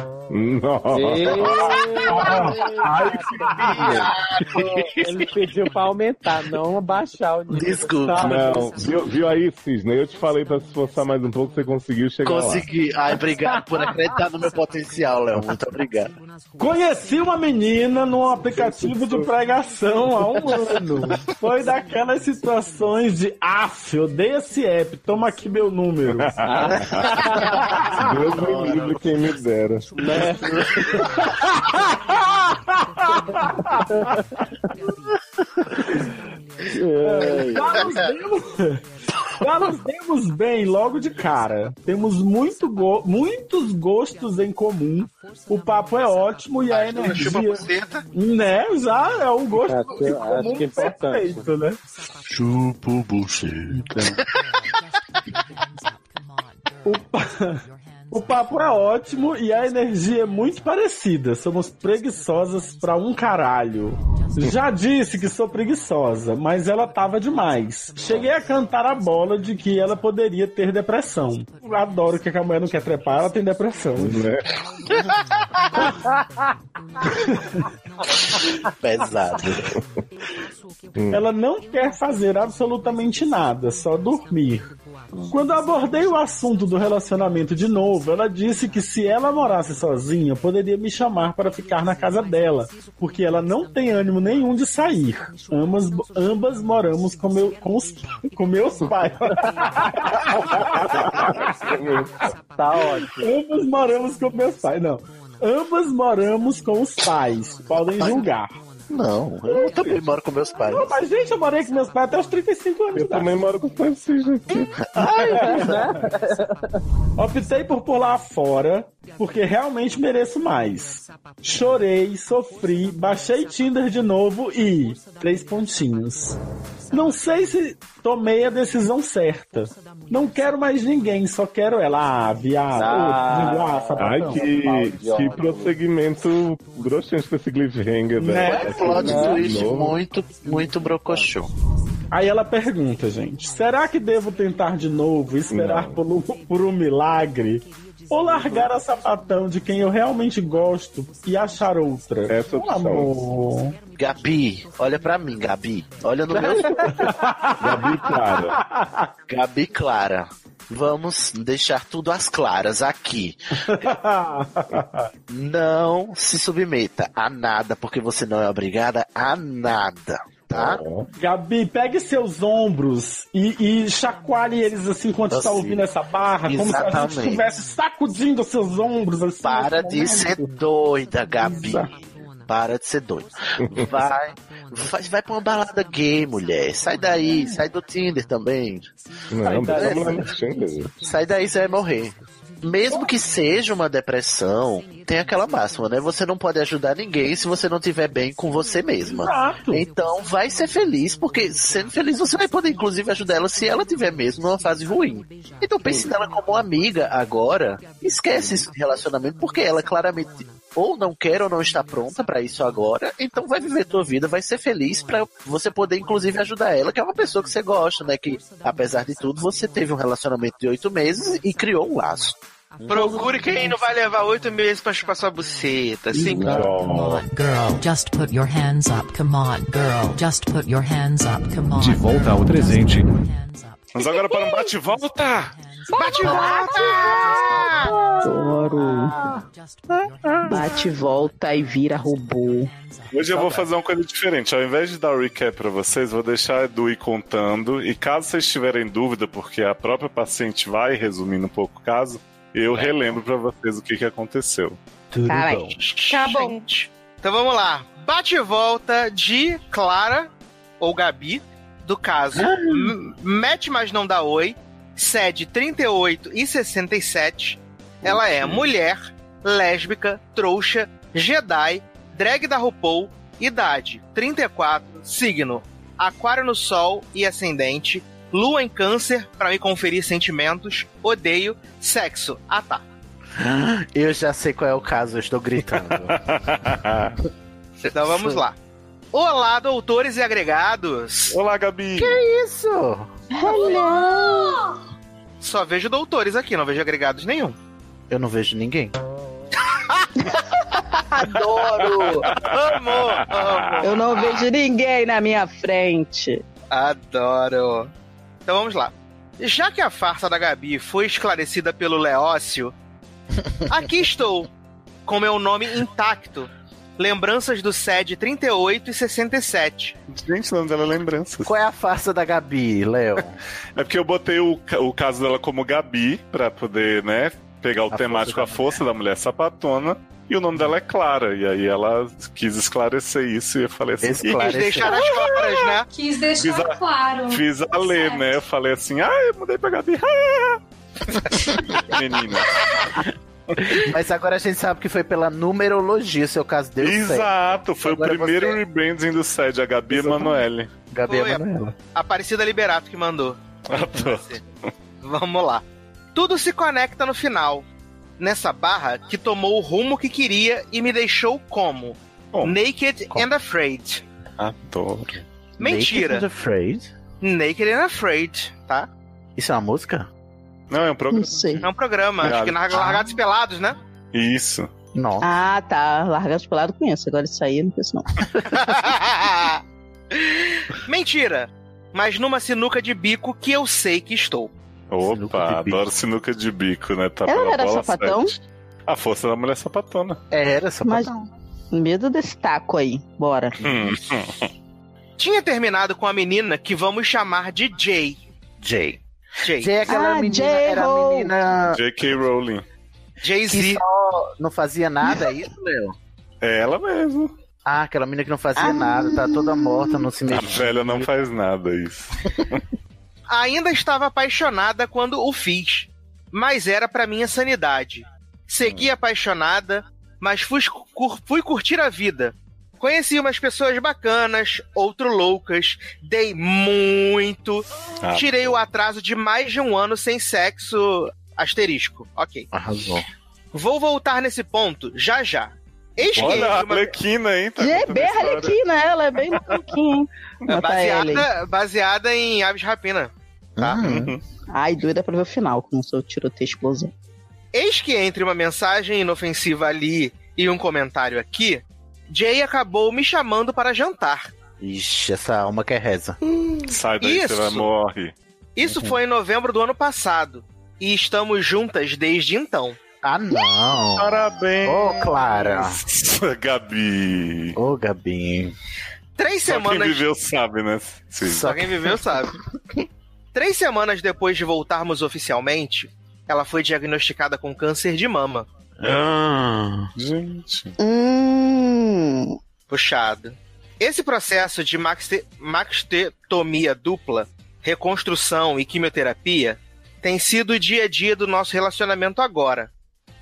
S9: É, Ele pediu pra aumentar, não abaixar o nível.
S1: Desculpa.
S9: Tá,
S4: Não, viu, viu aí, Cisne? Eu te falei pra se esforçar mais um pouco, você conseguiu chegar
S1: Consegui.
S4: lá.
S1: Ai, obrigado por acreditar no meu potencial, Léo. Muito obrigado.
S9: Conheci uma menina num aplicativo de pregação há um ano. Foi daquelas situações de af, odeio esse app, toma aqui meu número.
S4: Deus me livre quem me dera.
S9: Já nos demos- já nos demos bem logo de cara. Temos muito go- muitos gostos em comum. O papo é ótimo e a energia.
S16: tá?
S9: Né? Já é um gosto
S12: Acho-
S9: em
S12: acho
S9: comum
S12: que é importante.
S9: perfeito, né?
S12: Chupo buceta.
S9: O, pa- o papo é ótimo e a energia é muito parecida. Somos preguiçosas pra um caralho. Já disse que sou preguiçosa, mas ela tava demais. Cheguei a cantar a bola de que ela poderia ter depressão. Adoro que a mulher não quer trepar, ela tem depressão.
S1: Pesado.
S9: Ela não quer fazer absolutamente nada, só dormir. Quando abordei o assunto do relacionamento de novo, ela disse que se ela morasse sozinha, poderia me chamar para ficar na casa dela, porque ela não tem ânimo nenhum de sair. Ambas, ambas moramos com, meu, com, os, com meus pais. tá ótimo. Ambas moramos com meus pais, não. Ambas moramos com os pais. Podem julgar.
S1: Não, eu também moro com meus pais.
S9: Não, mas gente, eu morei com meus pais até os 35 anos. Eu
S4: também moro com vocês aqui.
S9: Optei por pular fora, porque realmente mereço mais. Chorei, sofri, baixei Tinder de novo e. Três pontinhos. Não sei se tomei a decisão certa. Não quero mais ninguém, só quero ela. Ah, viado. ô, desgraça,
S4: Ah. Ai,
S9: sapatão.
S4: que, que prosseguimento broxante com esse cliffhanger, velho.
S9: Né?
S4: Parece
S9: Plot
S4: um
S9: twist
S4: novo.
S1: É Muito, muito brocochô.
S9: Aí ela pergunta, gente: será que devo tentar de novo, e esperar por um, por um milagre? Ou largar a sapatão de quem eu realmente gosto e achar outra?
S4: Essa
S9: opção. Amor.
S1: Gabi, olha pra mim, Gabi. Olha no meu.
S4: Gabi
S1: Clara. Gabi Clara. Vamos deixar tudo às claras aqui. Não se submeta a nada, porque você não é obrigada a nada, tá?
S9: Gabi, pegue seus ombros e, e chacoalhe eles assim quando está
S1: Assim.
S9: ouvindo essa barra, como se a gente
S1: Exatamente.
S9: estivesse sacudindo seus ombros assim.
S1: Para
S9: nesse
S1: de
S9: momento.
S1: ser doida, Gabi. Para de ser doida. Vai, vai, vai pra uma balada gay, mulher. Sai daí, sai do Tinder também.
S9: Tá
S4: Não,
S1: Sai
S4: vamos lá
S1: daí.
S4: no Tinder.
S1: Sai daí, você vai morrer. Mesmo que seja uma depressão, tem aquela máxima, né? Você não pode ajudar ninguém se você não estiver bem com você mesma. Então vai ser feliz, porque sendo feliz você vai poder inclusive ajudar ela se ela tiver mesmo numa fase ruim. Então pense nela como amiga agora, esquece esse relacionamento, porque ela é claramente ou não quer ou não está pronta para isso agora, então vai viver tua vida, vai ser feliz para você poder inclusive ajudar ela, que é uma pessoa que você gosta, né? Que apesar de tudo você teve um relacionamento de oito meses e criou um laço.
S9: Procure quem não vai levar oito meses pra chupar sua buceta. assim. Sim,
S17: Girl, just put your hands up, come on. Girl, just put your hands up, come on.
S18: De volta ao presente.
S4: Mas agora para um bate-volta!
S2: Adoro. Bate, volta e vira robô.
S4: Hoje eu vou fazer uma coisa diferente. Ao invés de dar o recap pra vocês, vou deixar a Edu ir contando. E caso vocês tiverem dúvida, porque a própria paciente vai resumindo um pouco o caso, eu relembro pra vocês o que, que aconteceu.
S9: Tudo
S6: Tá
S9: bom. Tá bom. Então vamos lá. Bate e volta de Clara ou Gabi do caso. M- Mete mas não dá oi. Sede 38 e 67. Ela é mulher, lésbica, trouxa, Jedi, drag da RuPaul, idade 34, signo aquário no sol e ascendente, lua em câncer pra me conferir sentimentos, odeio, sexo. Ah tá.
S1: Eu já sei qual é o caso, eu estou gritando.
S9: Então vamos lá. Olá, doutores e agregados!
S4: Olá, Gabi!
S9: Que isso?
S6: Hello!
S9: Só vejo doutores aqui, não vejo agregados nenhum.
S1: Eu não vejo ninguém.
S2: Adoro!
S9: Amo, amo.
S2: Eu não vejo ninguém na minha frente.
S9: Adoro. Então vamos lá. Já que a farsa da Gabi foi esclarecida pelo Leócio, aqui estou, com meu nome intacto. Lembranças do SED 38 e 67.
S4: Gente, o nome dela é Lembranças.
S1: Qual é a farsa da Gabi, Léo?
S4: É porque eu botei o, ca- o caso dela como Gabi, pra poder, né, pegar o
S1: A
S4: temático A Força da Mulher Sapatona, e o nome dela é Clara, e aí ela quis esclarecer isso, e eu falei assim...
S9: Quis deixar as claras, né?
S6: Quis
S4: Fiz
S6: deixar
S4: a-
S2: Então,
S6: claro.
S4: Fiz
S2: tá
S4: a ler, né, eu falei assim, ah, eu mudei pra Gabi, ah! menina.
S1: Mas agora a gente sabe que foi pela numerologia, seu caso deu certo.
S4: Exato, foi
S1: Agora
S4: o primeiro
S1: você-
S4: rebranding do SED, a Gabi
S1: Exatamente.
S4: Emanuele.
S1: Gabi
S9: Foi.
S1: Emanuela.
S9: Aparecida Liberato que mandou.
S4: Ah, tá.
S9: Vamos lá. Tudo se conecta no final. Nessa barra que tomou o rumo que queria e me deixou como? Naked and Afraid.
S1: Ah.
S4: Adoro.
S9: Mentira.
S1: Naked and Afraid?
S9: Naked and Afraid, tá?
S1: Isso é uma música?
S4: Não, é um programa. Não
S2: sei.
S9: É um programa, acho que larga- Largados e Pelados, né?
S4: Isso.
S1: Nossa.
S2: Ah, tá. Largados pelado conheço. Agora isso aí eu não conheço, não.
S9: Mentira. Mas numa sinuca de bico que eu sei que estou.
S4: Opa, adoro sinuca de bico, né? Tá
S2: Ela
S4: pela
S2: era
S4: bola
S2: sapatão?
S4: sete. A força da mulher sapatona.
S1: É, Era
S2: Mas medo desse taco aí. Bora.
S4: Hum,
S9: Tinha terminado com a menina que vamos chamar de Jay.
S1: Jay.
S9: Jay.
S1: Jay é aquela menina, era a menina
S4: J.K. Rowling.
S1: que
S9: Jay-Z.
S1: só não fazia nada, é isso, Léo?
S4: É ela mesmo.
S1: Ah, aquela menina que não fazia nada, tá toda morta, não se
S4: A
S1: mexe.
S4: velha não faz nada isso.
S9: Ainda estava apaixonada quando o fiz, mas era para minha sanidade. Segui apaixonada, mas fui, cur- fui curtir a vida. Conheci umas pessoas bacanas, outro loucas, dei muito,
S1: Ah,
S9: tirei o atraso de mais de um ano sem sexo, asterisco, ok.
S1: Arrasou.
S9: Vou voltar nesse ponto, já já. Eis que
S4: Olha a
S9: uma-
S4: Arlequina, hein? Tá
S2: É
S4: contando a
S2: bem
S4: história.
S2: arlequina, ela é bem maluquinha, hein?
S9: é
S2: Mata ela, hein?
S9: baseada, baseada em Aves de Rapina.
S2: Uhum. Ai, doida pra ver o final, com o seu tiroteio e explosão.
S9: Eis que entre uma mensagem inofensiva ali e um comentário aqui, Jay acabou me chamando para jantar.
S1: Ixi, essa alma quer reza.
S4: Sai daí,
S9: Isso.
S4: você vai morre.
S9: Isso
S4: Uhum.
S9: foi em novembro do ano passado. E estamos juntas desde então.
S1: Ah, não.
S4: Parabéns.
S1: Ô, Clara.
S4: Gabi.
S1: Ô, Gabi.
S9: Três
S4: Só
S9: semanas.
S4: Quem viveu sabe, né? Sim.
S9: Só quem viveu sabe. Três semanas depois de voltarmos oficialmente, ela foi diagnosticada com câncer de mama.
S4: Ah. Gente.
S2: Hum.
S9: Puxado. Esse processo de maxte- maxtetomia dupla, reconstrução e quimioterapia tem sido o dia a dia do nosso relacionamento agora.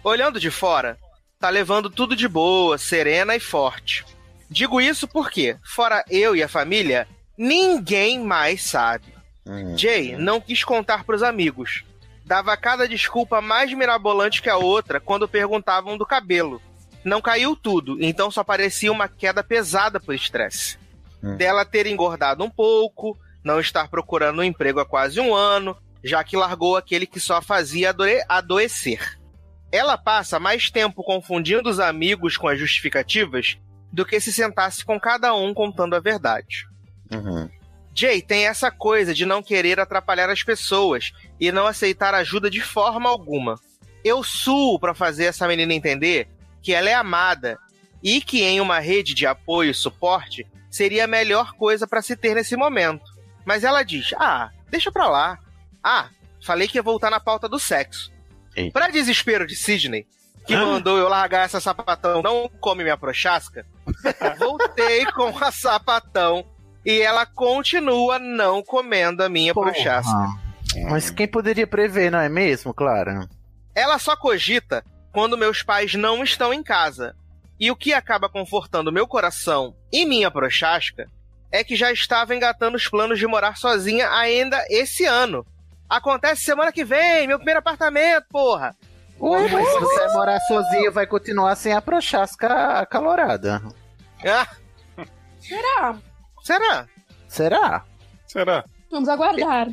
S9: Olhando de fora, tá levando tudo de boa, serena e forte. Digo isso porque, fora eu e a família, ninguém mais sabe. Jay não quis contar pros amigos. Dava cada desculpa mais mirabolante que a outra quando perguntavam do cabelo. Não caiu tudo, então só parecia uma queda pesada por estresse.
S18: Hum.
S9: Dela ter engordado um pouco, não estar procurando um emprego há quase um ano, já que largou aquele que só fazia adoe- adoecer. Ela passa mais tempo confundindo os amigos com as justificativas do que se sentasse com cada um contando a verdade. Jay tem essa coisa de não querer atrapalhar as pessoas e não aceitar ajuda de forma alguma. Eu suo pra fazer essa menina entender que ela é amada e que em uma rede de apoio e suporte seria a melhor coisa pra se ter nesse momento. Mas ela diz: "Ah, deixa pra lá. Ah, falei que ia voltar na pauta do sexo." Pra desespero de Sidney, que mandou eu largar essa sapatão, não come minha prochasca, voltei com a sapatão e ela continua não comendo a minha prochasca.
S1: Ah, Mas quem poderia prever, não é mesmo, Clara?
S9: Ela só cogita quando meus pais não estão em casa. E o que acaba confortando meu coração e minha prochasca é que já estava engatando os planos de morar sozinha ainda esse ano. Acontece semana que vem, meu primeiro apartamento, porra!
S1: Ué, mas se você morar sozinho, vai continuar sem a prochasca acalorada.
S9: Ah,
S6: Será?
S9: será?
S1: Será?
S4: Será?
S6: Vamos aguardar.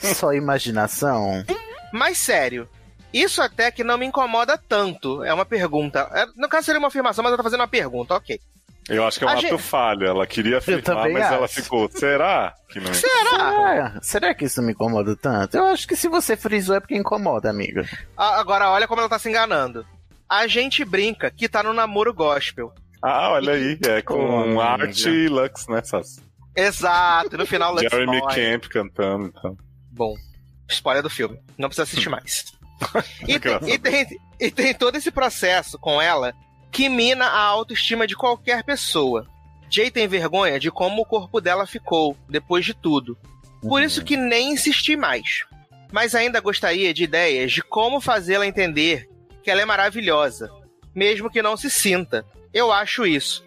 S1: Só imaginação?
S9: Mas sério, isso até que não me incomoda tanto. É uma pergunta. É, No caso seria uma afirmação, mas ela tá fazendo uma pergunta, ok.
S4: Eu acho que é um
S9: A
S4: ato
S9: gente-
S4: falho. Ela queria afirmar,
S1: também
S4: mas ela
S1: acho.
S4: ficou. Será que não?
S1: Será? Ah, Será que isso me incomoda tanto? Eu acho que se você frisou é porque incomoda, amiga.
S9: A- Agora olha como ela tá se enganando. A gente brinca que tá no namoro gospel.
S4: Ah, olha aí. É com
S9: Oh,
S4: arte e Lux, né, Sassi?
S9: Exato, no final Lance
S4: Jeremy
S9: Boy.
S4: Camp cantando, então.
S9: Bom, spoiler do filme. Não precisa assistir mais. e, tem,
S4: Graças a
S9: e, tem, e tem todo esse processo com ela que mina a autoestima de qualquer pessoa. Jay tem vergonha de como o corpo dela ficou depois de tudo. Por isso que nem insisti mais. Mas ainda gostaria de ideias de como fazê-la entender que ela é maravilhosa, mesmo que não se sinta. Eu acho isso.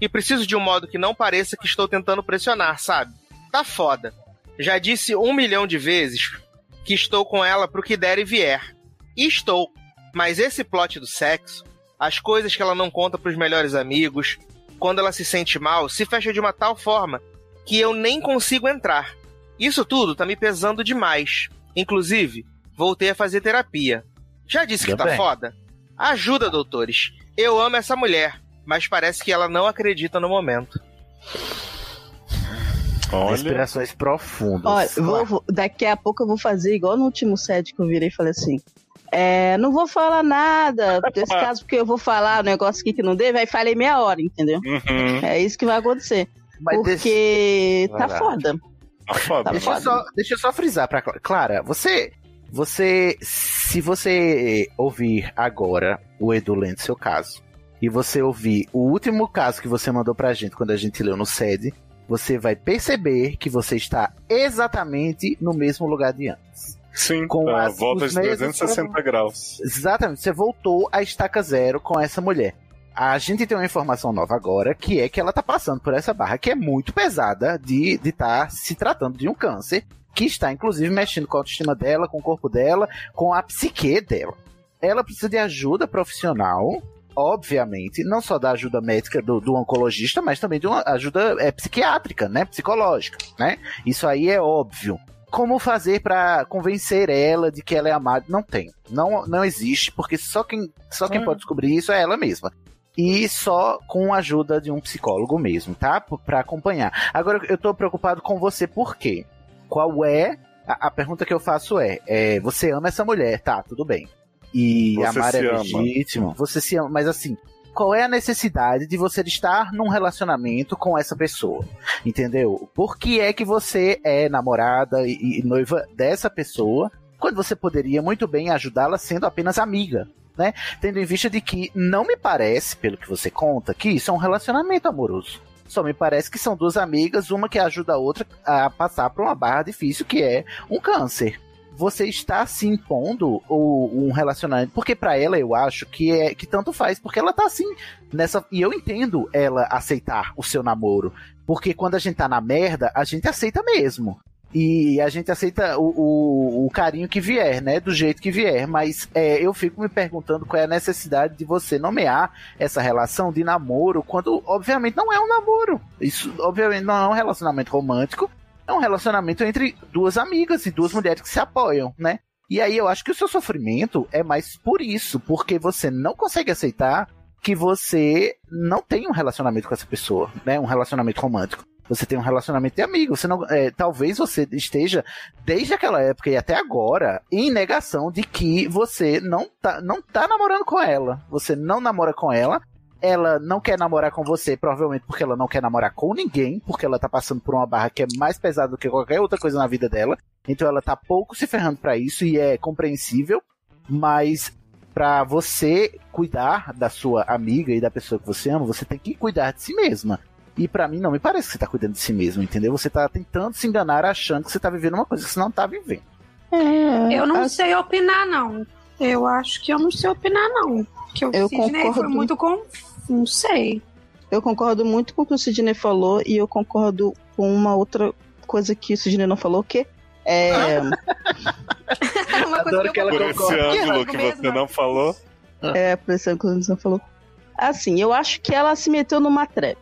S9: E preciso de um modo que não pareça que estou tentando pressionar, sabe? Tá foda. Já disse um milhão de vezes que estou com ela pro que der e vier. E estou. Mas esse plot do sexo, as coisas que ela não conta pros melhores amigos, quando ela se sente mal, se fecha de uma tal forma que eu nem consigo entrar. Isso tudo tá me pesando demais. Inclusive, voltei a fazer terapia. Já disse que
S18: Ainda
S9: tá
S18: bem.
S9: foda? Ajuda, doutores. Eu amo essa mulher, mas parece que ela não acredita no momento.
S1: Respirações profundas.
S2: Olha, vou- vou- daqui a pouco eu vou fazer igual no último set que eu virei e falei assim. É, não vou falar nada desse caso, porque eu vou falar um negócio aqui que não deve, aí falei meia hora, entendeu?
S4: Uhum.
S2: É isso que vai acontecer. porque
S1: Vai
S2: tá
S1: lá.
S2: foda.
S4: Tá foda.
S2: Tá
S1: deixa, eu
S2: foda.
S1: só, deixa eu só frisar pra Clara. Clara, você. Você. Se você ouvir agora o Edu lendo seu caso, e você ouvir o último caso que você mandou pra gente quando a gente leu no SED, você vai perceber que você está exatamente no mesmo lugar de antes.
S4: Sim,
S1: com
S4: a
S1: as-
S4: volta
S1: os
S4: de
S1: mesmos
S4: 360 graus.
S1: Exatamente, você voltou à estaca zero com essa mulher. A gente tem uma informação nova agora, que é que ela tá passando por essa barra que é muito pesada de estar de tá se tratando de um câncer, que está inclusive mexendo com a autoestima dela, com o corpo dela, com a psique dela. Ela precisa de ajuda profissional, obviamente, não só da ajuda médica do, do oncologista, mas também de uma ajuda é, psiquiátrica, né? Psicológica, né? Isso aí é óbvio. Como fazer pra convencer ela de que ela é amada? Não tem. Não, não existe, porque só quem, só quem pode descobrir isso é ela mesma. E só com a ajuda de um psicólogo mesmo, tá? P- Pra acompanhar. Agora, eu tô preocupado com você, por quê? Qual é. A, a pergunta que eu faço é, é: você ama essa mulher? Tá, tudo bem. E
S4: Você
S1: amar é
S4: se ama.
S1: legítimo. Você se ama, mas assim. Qual é a necessidade de você estar num relacionamento com essa pessoa? Entendeu? Por que é que você é namorada e, e noiva dessa pessoa quando você poderia muito bem ajudá-la sendo apenas amiga? Né? Tendo em vista de que não me parece, pelo que você conta, que isso é um relacionamento amoroso. Só me parece que são duas amigas, uma que ajuda a outra a passar por uma barra difícil que é um câncer. você está se impondo ou um relacionamento. Porque para ela eu acho que é que tanto faz, porque ela tá assim nessa e eu entendo ela aceitar o seu namoro, porque quando a gente tá na merda, a gente aceita mesmo. E a gente aceita o, o, o carinho que vier, né? Do jeito que vier. Mas é, eu fico me perguntando qual é a necessidade de você nomear essa relação de namoro, quando, obviamente, não é um namoro. Isso, obviamente, não é um relacionamento romântico é um relacionamento entre duas amigas e duas mulheres que se apoiam, né? E aí eu acho que o seu sofrimento é mais por isso, porque você não consegue aceitar que você não tem um relacionamento com essa pessoa, né? Um relacionamento romântico. Você tem um relacionamento de amigo. Você não, é, talvez você esteja desde aquela época e até agora em negação de que você não tá, não tá namorando com ela. Você não namora com ela ela não quer namorar com você, provavelmente porque ela não quer namorar com ninguém, porque ela tá passando por uma barra que é mais pesada do que qualquer outra coisa na vida dela. Então ela tá pouco se ferrando para isso e é compreensível, mas para você cuidar da sua amiga e da pessoa que você ama, você tem que cuidar de si mesma. E para mim não me parece que você tá cuidando de si mesmo, entendeu? Você tá tentando se enganar achando que você tá vivendo uma coisa que você não tá vivendo.
S6: É, eu não a... sei opinar não. Eu acho que eu não sei opinar não. Que o eu Sidney concordo. foi muito confuso não sei.
S2: Eu concordo muito com o que o Sidney falou e eu concordo com uma outra coisa que o Sidney não falou, que é.
S4: uma coisa Adoro que, eu que ela concorda. Esse ângulo que você não falou.
S2: É, por esse ângulo que você não falou. Assim, eu acho que ela se meteu numa trap.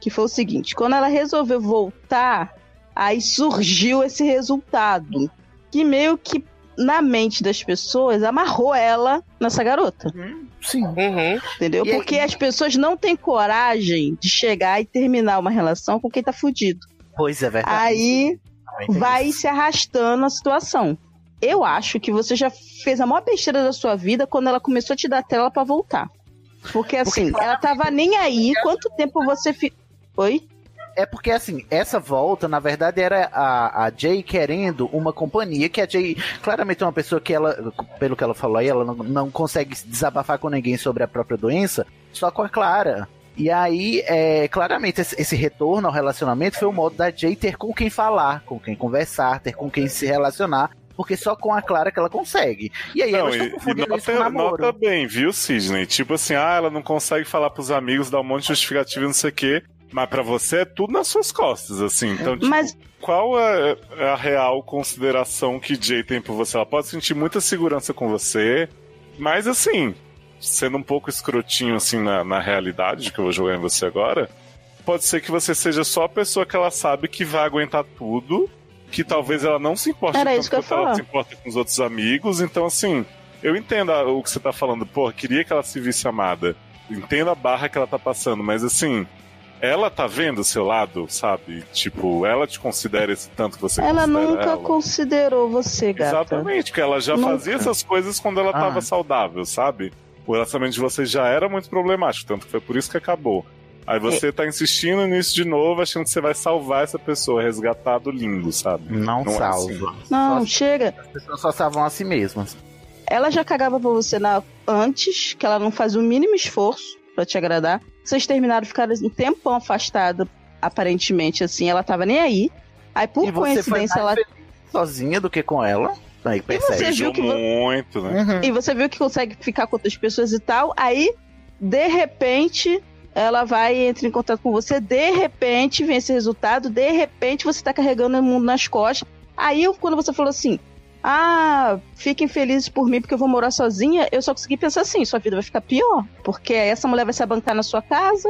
S2: Que foi o seguinte: quando ela resolveu voltar, aí surgiu esse resultado. Que meio que na mente das pessoas amarrou ela nessa garota.
S1: Uhum, sim.
S2: Uhum. Entendeu? E Porque aí... as pessoas não têm coragem de chegar e terminar uma relação com quem tá fudido.
S1: Pois é, verdade.
S2: Aí vai É isso. se arrastando a situação. Eu acho que você já fez a maior besteira da sua vida quando ela começou a te dar tela para voltar. Porque assim, Porque... ela tava nem aí quanto tempo você fi... Oi?
S1: é porque assim, essa volta, na verdade, era a, a Jay querendo uma companhia, que a Jay claramente é uma pessoa que ela, pelo que ela falou aí, ela não, não consegue desabafar com ninguém sobre a própria doença, só com a Clara. E aí, é, claramente, esse, esse retorno ao relacionamento foi o modo da Jay ter com quem falar, com quem conversar, ter com quem se relacionar, porque só com a Clara que ela consegue. E aí
S4: não,
S1: elas estão confundindo
S4: nota,
S1: isso com namoro.
S4: Nota bem, viu, Sidney? Tipo assim, ah, ela não consegue falar pros amigos, dá um monte de justificativa, não sei o quê. Mas para você é tudo nas suas costas, assim. Então, tipo, Mas... qual é a real consideração que Jay tem por você? Ela pode sentir muita segurança com você, mas assim, sendo um pouco escrotinho assim na, na realidade que eu vou jogar em você agora, pode ser que você seja só a pessoa que ela sabe que vai aguentar tudo, que talvez ela não se importe
S2: Era isso que eu
S4: ela falar. se importa com os outros amigos. Então, assim, eu entendo o que você tá falando. Pô, queria que ela se visse amada. Entendo a barra que ela tá passando, mas assim ela tá vendo o seu lado, sabe? Tipo, ela te considera esse tanto que você
S2: Ela
S4: considera
S2: nunca
S4: ela.
S2: considerou você, gata.
S4: Exatamente, porque ela já nunca. fazia essas coisas quando ela ah. tava saudável, sabe? O relacionamento de vocês já era muito problemático, tanto que foi por isso que acabou. Aí você é. tá insistindo nisso de novo, achando que você vai salvar essa pessoa, resgatar do lindo, sabe?
S1: Não, não salva. É assim.
S2: Não, só chega.
S1: As pessoas só salvam a si mesmas.
S2: Ela já cagava pra você na... antes, que ela não faz o mínimo esforço para te agradar. Vocês terminaram, ficaram um tempão afastada, aparentemente, assim, ela tava nem aí. Aí, por
S1: e
S2: coincidência, ela.
S1: Sozinha do que com ela. Aí percebe.
S2: E você viu que... Hum,
S4: muito, né? Uhum.
S2: E você viu que consegue ficar com outras pessoas e tal. Aí, de repente, ela vai e entra em contato com você. De repente, vem esse resultado. De repente, você tá carregando o mundo nas costas. Aí, quando você falou assim. Ah, fiquem felizes por mim porque eu vou morar sozinha. Eu só consegui pensar assim: sua vida vai ficar pior, porque essa mulher vai se abancar na sua casa.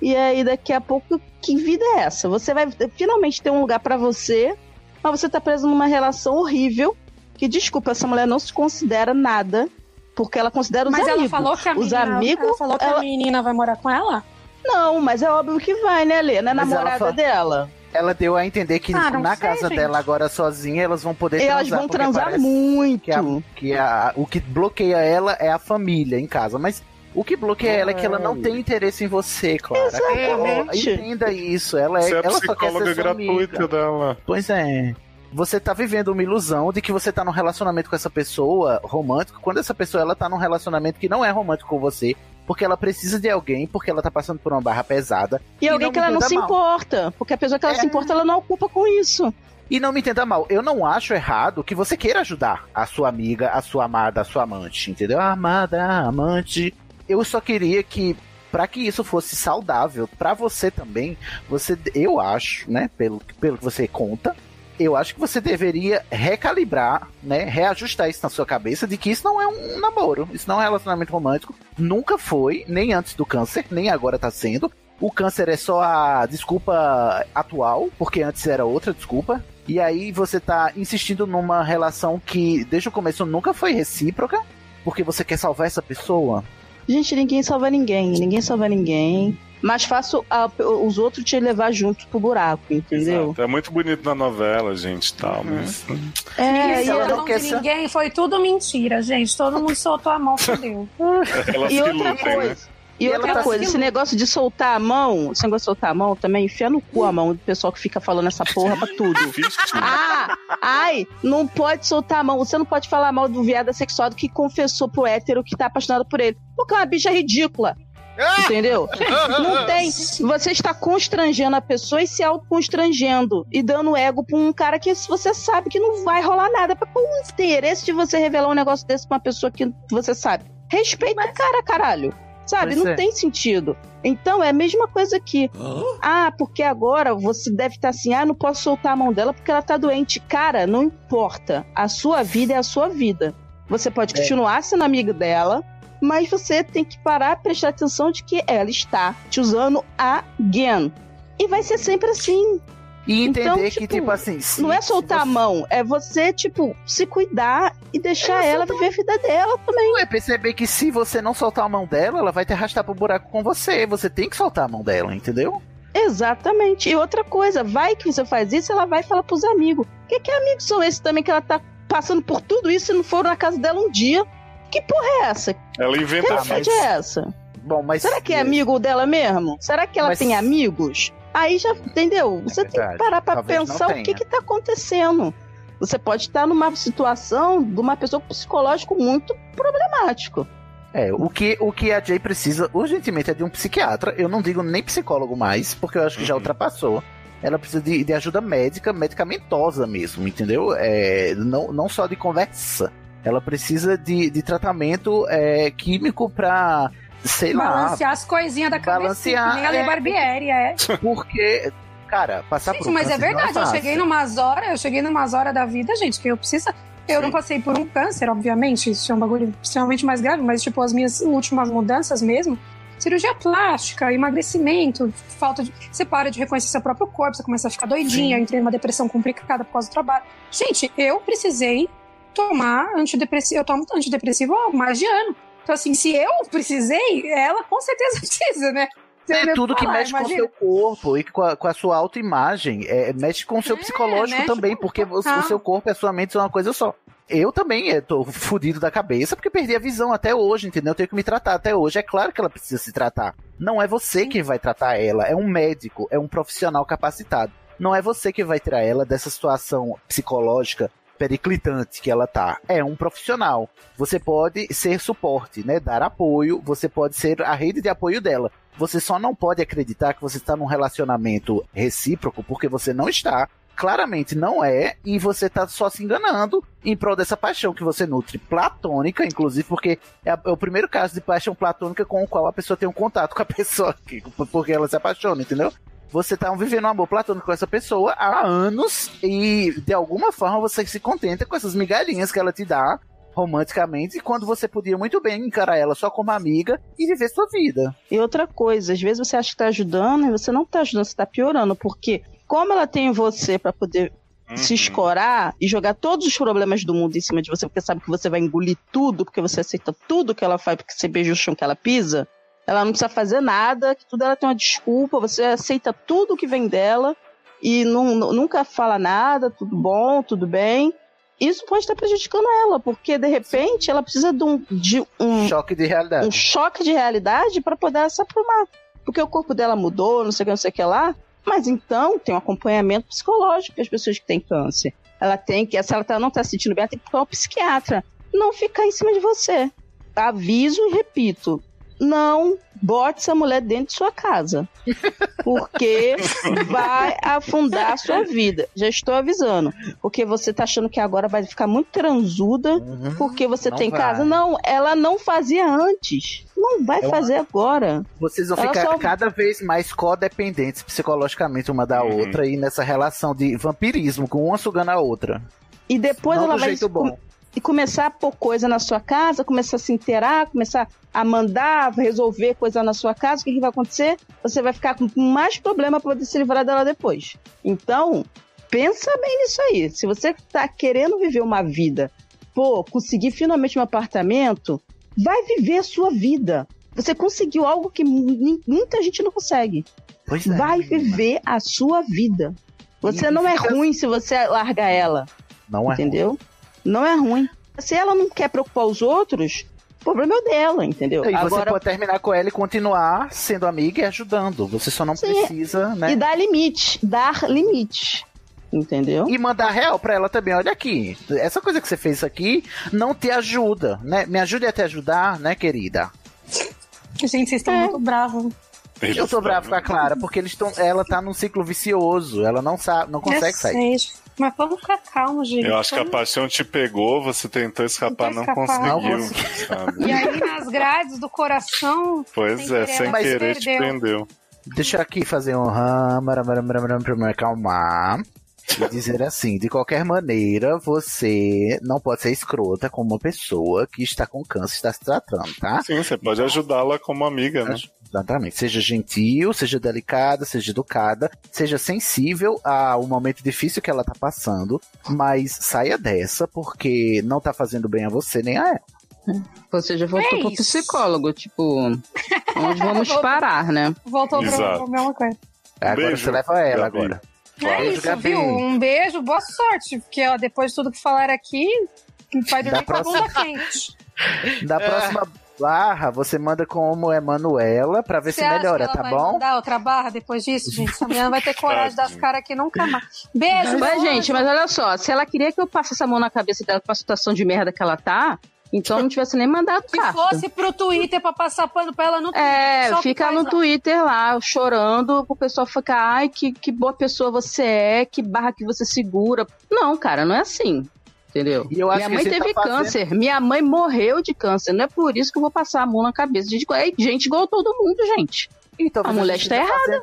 S2: E aí daqui a pouco, que vida é essa? Você vai finalmente ter um lugar para você, mas você tá preso numa relação horrível. Que desculpa, essa mulher não se considera nada, porque ela considera os
S6: mas
S2: amigos.
S6: Mas ela falou que a
S2: menina, amigos,
S6: ela falou que
S2: ela...
S6: a menina vai morar com ela?
S2: Não, mas é óbvio que vai, né, Lê? Não é namorada fala... dela
S1: ela deu a entender que ah, na sei, casa gente. dela agora sozinha elas vão poder
S2: e transar. Elas vão transar muito.
S1: Que, é a, que a, o que bloqueia ela é a família em casa, mas o que bloqueia é. ela é que ela não tem interesse em você, Clara.
S2: Exatamente.
S1: Ela, entenda isso. Ela é,
S4: você é
S1: ela
S4: só quer ser gratuita dela.
S1: Pois é. Você tá vivendo uma ilusão de que você tá num relacionamento com essa pessoa romântico, quando essa pessoa ela tá num relacionamento que não é romântico com você, porque ela precisa de alguém, porque ela tá passando por uma barra pesada.
S2: E alguém que ela
S1: me
S2: não
S1: entenda
S2: se
S1: mal.
S2: importa. Porque a pessoa que ela se importa, ela não ocupa com isso.
S1: E não me entenda mal, eu não acho errado que você queira ajudar a sua amiga, a sua amada, a sua amante, entendeu? Ah, Amada, amante. Eu só queria que, pra que isso fosse saudável pra você também, você, eu acho, né, pelo, pelo que você conta, eu acho que você deveria recalibrar, né, reajustar isso na sua cabeça de que isso não é um namoro, isso não é um relacionamento romântico, nunca foi, nem antes do câncer, nem agora tá sendo. O câncer é só a desculpa atual, porque antes era outra desculpa. E aí você tá insistindo numa relação que desde o começo nunca foi recíproca, porque você quer salvar essa pessoa.
S2: Gente, ninguém salva ninguém. Ninguém salva ninguém. Mas faço a- os outros te levar junto pro buraco, entendeu? Hum.
S4: Exato. É muito bonito na novela, gente, e tal, mas.
S2: É,
S6: Isso,
S2: e
S6: ela
S2: ela
S6: não
S2: quer
S6: de
S2: ser-
S6: ninguém, foi tudo mentira, gente. Todo mundo soltou a mão, fudeu.
S4: Elas
S2: E
S4: se
S2: outra
S4: ilutem, né?
S2: E
S6: Ela
S2: outra
S6: tá
S2: coisa,
S6: se-
S2: esse negócio de soltar a mão, esse negócio de soltar a mão também, enfia no cu a mão do pessoal que fica falando essa porra pra tudo.
S4: né?
S2: ah, ai, não pode soltar a mão. Você não pode falar mal do viado assexuado que confessou pro hétero que tá apaixonado por ele. Porque é uma bicha ridícula. Entendeu? Não tem. Você está constrangendo a pessoa e se autoconstrangendo e dando ego pra um cara que você sabe que não vai rolar nada. Pra qual o interesse de você revelar um negócio desse pra uma pessoa que você sabe? Respeita o cara, caralho. Sabe?
S10: Pois
S2: não
S10: é.
S2: tem sentido. Então é a mesma coisa aqui. Ah, porque agora você deve estar assim, ah, não posso soltar a mão dela porque ela tá doente. Cara, não importa. A sua vida é a sua vida. Você
S10: É.
S2: pode continuar sendo amigo dela, mas você tem que parar e prestar atenção de que ela está te usando again. E vai ser sempre assim.
S1: E
S2: entender
S1: que, tipo assim.
S2: não é soltar a mão, é você, tipo, se cuidar e
S10: É,
S2: deixar ela viver a vida dela também.
S1: É perceber que se você não soltar a mão dela, ela vai te arrastar pro buraco com você. Você tem que soltar a mão dela, entendeu?
S2: Exatamente. E outra coisa, vai que você faz isso, ela vai falar pros amigos. Que que amigos são esses também que ela tá passando por tudo isso e não foram na casa dela um dia? Que porra é essa?
S4: Ela
S2: que
S4: inventa
S2: amizade é essa?
S1: Bom, mas
S2: Será que é amigo dela mesmo? Será que ela
S1: Mas-
S2: tem amigos? Aí já, entendeu? Você tem que
S1: verdade.
S2: parar pra
S1: Talvez não
S2: pensar o
S1: tenha.
S2: que que tá acontecendo. Você pode estar numa situação de uma pessoa com psicológico muito problemático.
S1: É, o que, o que a Jay precisa urgentemente é de um psiquiatra. Eu não digo nem psicólogo mais, porque eu acho que já ultrapassou. Ela precisa de, de ajuda médica, medicamentosa mesmo, entendeu? É, não, não só de conversa. Ela precisa de, de tratamento é, químico pra, sei lá.
S6: Balancear as coisinhas da cabeça.
S1: balancear,
S6: Nem a Lei
S1: é.
S6: Barbieri, é.
S1: Porque, cara, passar
S6: Gente,
S1: por um
S6: mas é
S1: câncer não
S6: verdade, eu
S1: fácil.
S6: cheguei numas horas, eu cheguei numas horas da vida, gente, que eu precisa. Eu não passei por um câncer, obviamente, isso é um bagulho extremamente mais grave, mas tipo, as minhas últimas mudanças mesmo. Cirurgia plástica, emagrecimento, falta de. Você para de reconhecer seu próprio corpo, você começa a ficar doidinha, entrei numa depressão complicada por causa do trabalho. Gente, eu precisei tomar antidepressivo. Eu tomo antidepressivo há mais de ano. Então, assim, se eu precisei, ela com certeza precisa, né? Você
S1: É
S6: deve
S1: tudo que
S6: falar,
S1: mexe
S6: imagina.
S1: com o seu corpo e com a, com a sua autoimagem. É, mexe com o seu psicológico
S6: mexe
S1: também, porque o,
S6: total.
S1: o seu corpo e a sua mente são uma coisa só. Eu também é, tô fudido da cabeça porque perdi a visão até hoje, entendeu? Eu tenho que me tratar até hoje. É claro que ela precisa se tratar. Não é você que vai tratar ela, é um médico, é um profissional capacitado. Não é você que vai tirar ela dessa situação psicológica periclitante que ela tá. É um profissional. Você pode ser suporte, né? Dar apoio, você pode ser a rede de apoio dela. Você só não pode acreditar que você está num relacionamento recíproco porque você não está. Claramente não é, e você tá só se enganando em prol dessa paixão que você nutre platônica, inclusive, porque é, a- é o primeiro caso de paixão platônica com o qual a pessoa tem um contato com a pessoa, que- porque ela se apaixona, entendeu? Você tá vivendo um amor platônico com essa pessoa há anos e de alguma forma você se contenta com essas migalhinhas que ela te dá romanticamente, quando você podia muito bem encarar ela só como amiga e viver sua vida.
S2: E outra coisa, às vezes você acha que tá ajudando e você não tá ajudando, você tá piorando, porque como ela tem você pra poder
S4: Uhum.
S2: se escorar e jogar todos os problemas do mundo em cima de você, porque sabe que você vai engolir tudo, porque você aceita tudo que ela faz, porque você beija o chão que ela pisa, ela não precisa fazer nada, que tudo ela tem uma desculpa, você aceita tudo que vem dela e nu- nu- nunca fala nada, tudo bom, tudo bem. Isso pode estar prejudicando ela, porque de repente ela precisa de um, de um
S1: choque de realidade.
S2: Um choque de realidade para poder se aprumar. Porque o corpo dela mudou, não sei o que, não sei o que lá. Mas então tem um acompanhamento psicológico para as pessoas que têm câncer. Ela tem que, se ela tá- não está se sentindo bem, ela tem que procurar um psiquiatra. Não ficar em cima de você. Aviso e repito: Não, bote essa mulher dentro de sua casa. Porque vai afundar a sua vida. Já estou avisando. Porque você tá achando que agora vai ficar muito transuda
S1: Uhum.
S2: porque você
S1: Não
S2: tem
S1: vai.
S2: casa. Não, ela não fazia antes. Não vai
S1: É uma-
S2: fazer agora.
S1: Vocês vão
S2: Ela
S1: ficar
S2: só-
S1: cada vez mais codependentes psicologicamente uma da outra e nessa relação de vampirismo, com uma sugando a outra.
S2: E depois
S1: Não
S2: ela
S1: do
S2: vai
S1: jeito
S2: com-
S1: bom.
S2: e começar a pôr coisa na sua casa, começar a se inteirar, começar a mandar, resolver coisa na sua casa, o que, que vai acontecer? Você vai ficar com mais problema para poder se livrar dela depois. Então, pensa bem nisso aí. Se você tá querendo viver uma vida, pô, conseguir finalmente um apartamento, vai viver a sua vida. Você conseguiu algo que mu- muita gente não consegue.
S1: Pois
S2: é, vai viver a sua vida. Você não é ruim se você larga ela.
S1: assim. Não é
S2: Entendeu? Não é ruim. Se ela não quer preocupar os outros, o problema é o dela, entendeu?
S1: E você pode terminar com ela e continuar sendo amiga e ajudando. Você só não precisa, né?
S2: é. E dar limite. Dar limite. Entendeu?
S1: E mandar real pra ela também. Olha aqui, essa coisa que você fez aqui não te ajuda, né? Me ajude a te ajudar, né, querida?
S6: Gente, vocês
S1: É.
S6: estão muito bravos.
S4: Hum,
S1: eu tô bravo com a Clara, porque eles tão, ela tá num ciclo vicioso. Ela não sabe,
S2: É
S1: não consegue
S6: Eu
S1: sair.
S6: sei, Mas vamos ficar calmos, gente.
S4: Eu acho que é a
S6: Vamos-
S4: paixão te pegou, você tentou escapar, não
S6: Tentou escapar.
S4: conseguiu.
S6: Não
S4: sabe?
S6: E aí, nas grades do coração.
S4: Pois é,
S6: querer,
S4: sem
S6: ela se
S4: querer te
S6: perdeu.
S4: prendeu.
S1: Deixa eu aqui fazer um ram, ram, ram, ram, ram, pra me acalmar. E dizer assim, de qualquer maneira, você não pode ser escrota com uma pessoa que está com câncer e está se tratando, tá?
S4: Sim, você pode ajudá-la como amiga,
S1: É
S4: né?
S1: Exatamente. Seja gentil, seja delicada, seja educada, seja sensível ao momento difícil que ela tá passando, mas saia dessa, porque não tá fazendo bem a você nem a ela.
S2: Você já voltou
S6: É
S2: pro
S6: isso.
S2: psicólogo, tipo, onde vamos
S6: Voltou-
S2: parar, né?
S6: Voltou pra
S1: Exato.
S6: pra mesma coisa.
S1: Agora
S4: Beijo,
S1: você leva ela
S4: Gabi.
S1: agora.
S6: É
S1: Beijo,
S6: isso,
S1: Gabi.
S6: viu? Um beijo, boa sorte. Porque ó, depois de tudo que falaram aqui, vai dormir
S1: Da
S6: com a bunda
S1: próxima-
S6: quente.
S1: Da
S6: É.
S1: próxima barra, você manda como Emanuela pra ver
S6: Você
S1: se
S6: acha
S1: melhora,
S6: que ela
S1: tá
S6: vai
S1: bom?
S6: mandar outra barra depois disso, gente? Essa menina não vai ter coragem das caras aqui nunca mais. Beijo,
S2: Mas,
S6: beijo.
S2: gente, mas olha só, se ela queria que eu passasse a mão na cabeça dela com a situação de merda que ela tá, então eu não tivesse nem mandado
S6: Se
S2: carta.
S6: fosse pro Twitter pra passar pano pra ela no Twitter.
S2: É,
S6: só
S2: fica
S6: faz
S2: no
S6: lá.
S2: Twitter lá, chorando, pro pessoal ficar, ai, que, que boa pessoa você é, que barra que você segura. Não, cara, não é assim. Entendeu?
S1: E eu acho
S2: minha
S1: que
S2: mãe
S1: você
S2: teve
S1: tá fazendo-
S2: câncer, minha mãe morreu de câncer, não é por isso que eu vou passar a mão na cabeça de é gente igual todo mundo, gente.
S1: Então,
S2: a mulher
S1: gente
S2: está
S1: tá
S2: errada.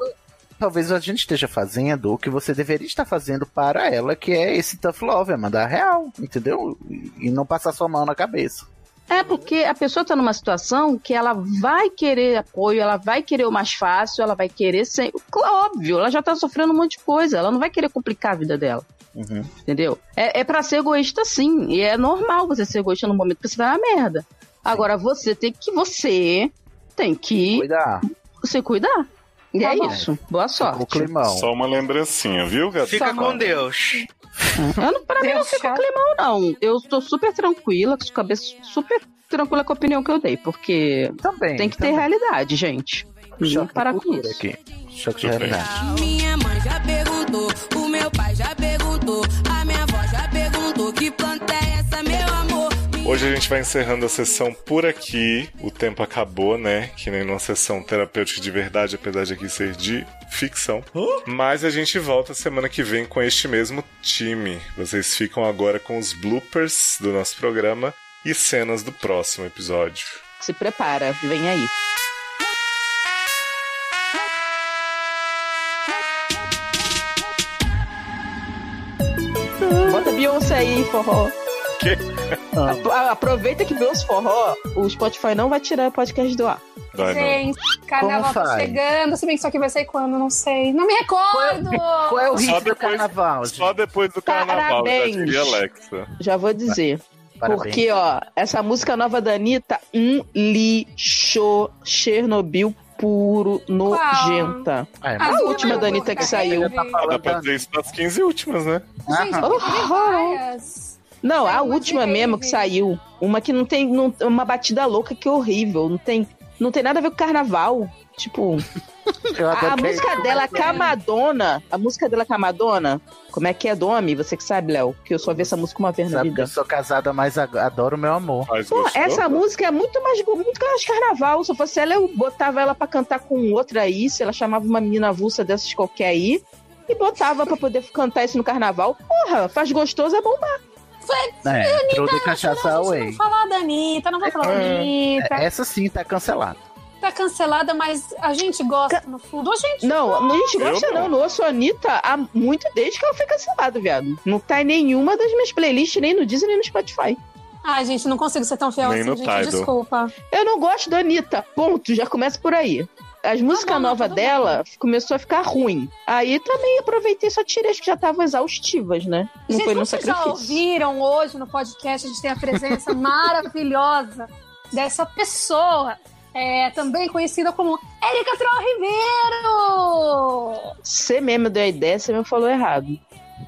S1: Talvez a gente esteja fazendo o que você deveria estar fazendo para ela, que é esse tough love, é mandar real, entendeu? E não passar sua mão na cabeça.
S2: É porque a pessoa tá numa situação que ela vai querer apoio, ela vai querer o mais fácil, ela vai querer sem. Claro, Óbvio, ela já tá sofrendo um monte de coisa, ela não vai querer complicar a vida dela.
S1: Uhum.
S2: Entendeu? É, é para ser egoísta, sim. E é normal você ser egoísta no momento que você tá na merda. Agora, você tem que. Você tem que.
S1: Cuidar.
S2: Se cuidar. E é isso. Boa sorte.
S4: Só uma lembrancinha, viu, Gabi?
S2: Fica
S1: Tá
S2: com
S9: Deus.
S2: Eu não, pra mim não fica climão, não. Eu tô super tranquila, com a cabeça super tranquila com a opinião que eu dei, porque
S1: também,
S2: tem que
S1: também.
S2: ter realidade, gente. Não parar com isso.
S1: Aqui. Choque de realidade.
S5: Minha mãe já perguntou, o meu pai já perguntou, a minha avó já perguntou que planta é essa, meu amor.
S4: Hoje a gente vai encerrando a sessão por aqui. O tempo acabou, né? Que nem numa sessão terapêutica de verdade, apesar de aqui ser de ficção. Mas a gente volta semana que vem com este mesmo time. Vocês ficam agora com os bloopers do nosso programa e cenas do próximo episódio.
S2: Se prepara, vem aí. Bota Beyoncé aí, forró.
S4: Que?
S2: Apro- Aproveita que Beyoncé forró, o Spotify não vai tirar o podcast do ar.
S4: Vai,
S6: Gente, carnaval
S2: Como
S6: tá
S2: faz?
S6: chegando. Se bem que isso aqui vai sair quando, não sei. Não me recordo!
S1: Qual é o
S4: Só
S1: risco do
S4: depois-
S1: carnaval?
S4: Só depois do carnaval, já
S2: Parabéns.
S4: diria Alexa.
S2: Já vou dizer.
S1: Parabéns.
S2: Porque, ó, essa música nova da Anitta, um lixo Chernobyl puro, nojenta.
S1: Ah, é,
S2: a
S1: mas- tá
S2: última da Anitta que saiu.
S4: Ah, dá
S1: assim,
S4: pra dizer isso nas 15 últimas, né?
S1: "Ah,
S2: Não, a última mesmo que saiu. Uma que não tem. não- uma batida louca que é horrível. Não tem, não tem nada a ver com carnaval. Tipo.
S1: Ah, tá
S2: A, a
S19: adorei
S2: música
S19: como
S2: dela
S19: é que
S2: com a Madonna. A música dela com a Madonna. Como é que é Domi? Você que sabe, Léo. Que eu só vi essa música uma vez na
S1: Sabe que eu
S2: vida.
S1: sou casada, mas ag- adoro meu amor.
S2: Pô, essa música é muito mais, muito mais carnaval. Se eu fosse ela, eu botava ela pra cantar com outra aí. Se ela chamava uma menina avulsa dessas qualquer aí. E botava pra poder cantar isso no carnaval. Porra, faz gostoso é bombar.
S1: É, entrou de cachaça away.
S6: falar da Anitta, não vai falar da Anitta.
S1: É, Essa sim tá cancelada.
S6: Tá cancelada, mas a gente gosta no fundo. A gente
S2: Não, a gente
S1: Eu
S2: gosta não. Eu ouço a Anitta há muito desde que ela foi cancelada, viado. Não tá em nenhuma das minhas playlists, nem no Disney, nem no Spotify.
S6: Ai, gente, não consigo ser tão fiel
S2: Nem
S6: assim,
S2: no
S6: gente.
S2: Tidal.
S6: Desculpa.
S2: Eu não gosto da Anitta. Ponto, já começa por aí. As músicas
S6: Ah,
S2: novas dela começou a ficar ruim. Aí também aproveitei e só tirei as que já estavam exaustivas, né? Não
S6: gente,
S2: foi
S6: como
S2: no
S6: vocês já
S2: sacrifício.
S6: ouviram hoje no podcast, a gente tem a presença maravilhosa dessa pessoa, é, também conhecida como Érica Troll Ribeiro!
S2: Você mesmo deu a ideia, você mesmo falou errado.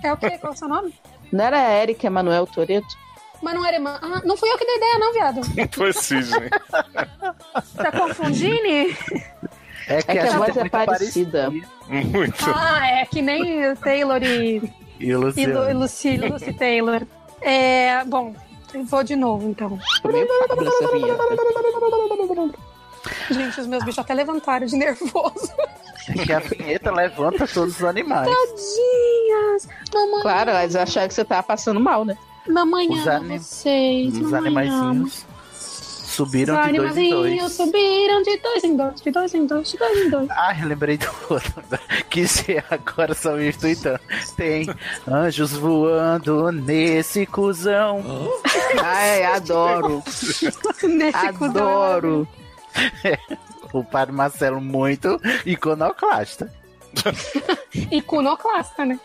S6: É o quê? Qual é o seu nome?
S2: Não era a Erika Emanuel Toreto?
S6: Mas não era irmã. Ah, não fui eu que dei ideia, não, viado.
S4: Foi Sidney.
S6: Tá confundindo?
S1: É
S2: que a
S1: gente
S2: voz é
S1: muito
S2: parecida.
S4: Muito.
S6: Ah, é que nem Taylor e,
S1: E
S6: e Lu- e
S1: Luciano.
S6: Lucy, Lucy Taylor. É, bom, eu vou de novo, então.
S2: Tipo, né?
S6: Gente, os meus bichos até levantaram de nervoso.
S1: É que a vinheta levanta todos os animais.
S6: Tadinhas! Mamãe,
S2: Claro, elas acharam que você tava passando mal, né?
S6: mamãe
S1: Os
S6: ama
S1: anim-
S6: vocês.
S1: Os
S6: mamãe ama.
S1: animaizinhos
S6: Os
S1: subiram de dois em
S6: animazinhos
S1: dois.
S6: subiram de dois em dois, de dois em dois, de dois em dois.
S1: Ai, Ah, lembrei do outro. Que se agora só me tweetando. Tem anjos voando nesse cuzão.
S2: Ai, adoro.
S14: né?
S2: adoro.
S1: É, o padre Marcelo muito iconoclasta.
S6: Iconoclasta, né?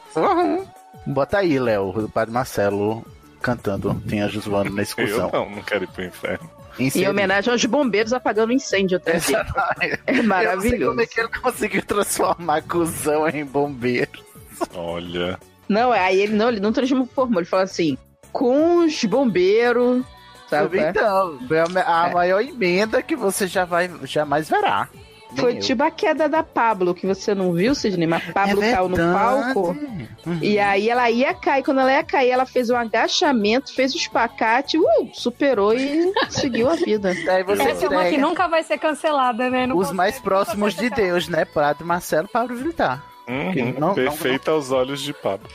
S1: Bota aí, Léo, o padre Marcelo cantando Tem anjos voando nesse
S4: Eu
S1: cuzão.
S4: não, não quero ir pro inferno.
S2: Em homenagem aos bombeiros apagando um incêndio até É
S1: Eu não sei
S2: maravilhoso.
S1: como é que ele conseguiu transformar cuzão em bombeiro.
S4: Olha.
S2: Não, é, aí ele não, ele não transformou, ele fala assim, com os bombeiros,
S6: Tá
S2: sabe?
S1: Então, foi a,
S6: É.
S1: a maior emenda que você já vai jamais verá. Nem
S2: Foi
S1: eu.
S2: tipo a queda da Pablo, que você não viu, Sidney, mas Pablo
S1: É
S2: caiu no
S1: verdade.
S2: palco. E aí ela ia cair, quando ela ia cair, ela fez um agachamento, fez o espacate, uh, superou e seguiu a vida.
S1: Daí você
S6: Essa é uma que
S1: entrega
S6: nunca vai ser cancelada, né? Não
S1: os
S6: consegue,
S1: mais
S6: não
S1: próximos
S6: consegue
S1: de
S6: cancelar.
S1: Deus, né? Prado e Marcelo, Pablo Vittar. Que
S4: Uhum,
S1: não-
S4: Perfeita aos olhos de Pablo.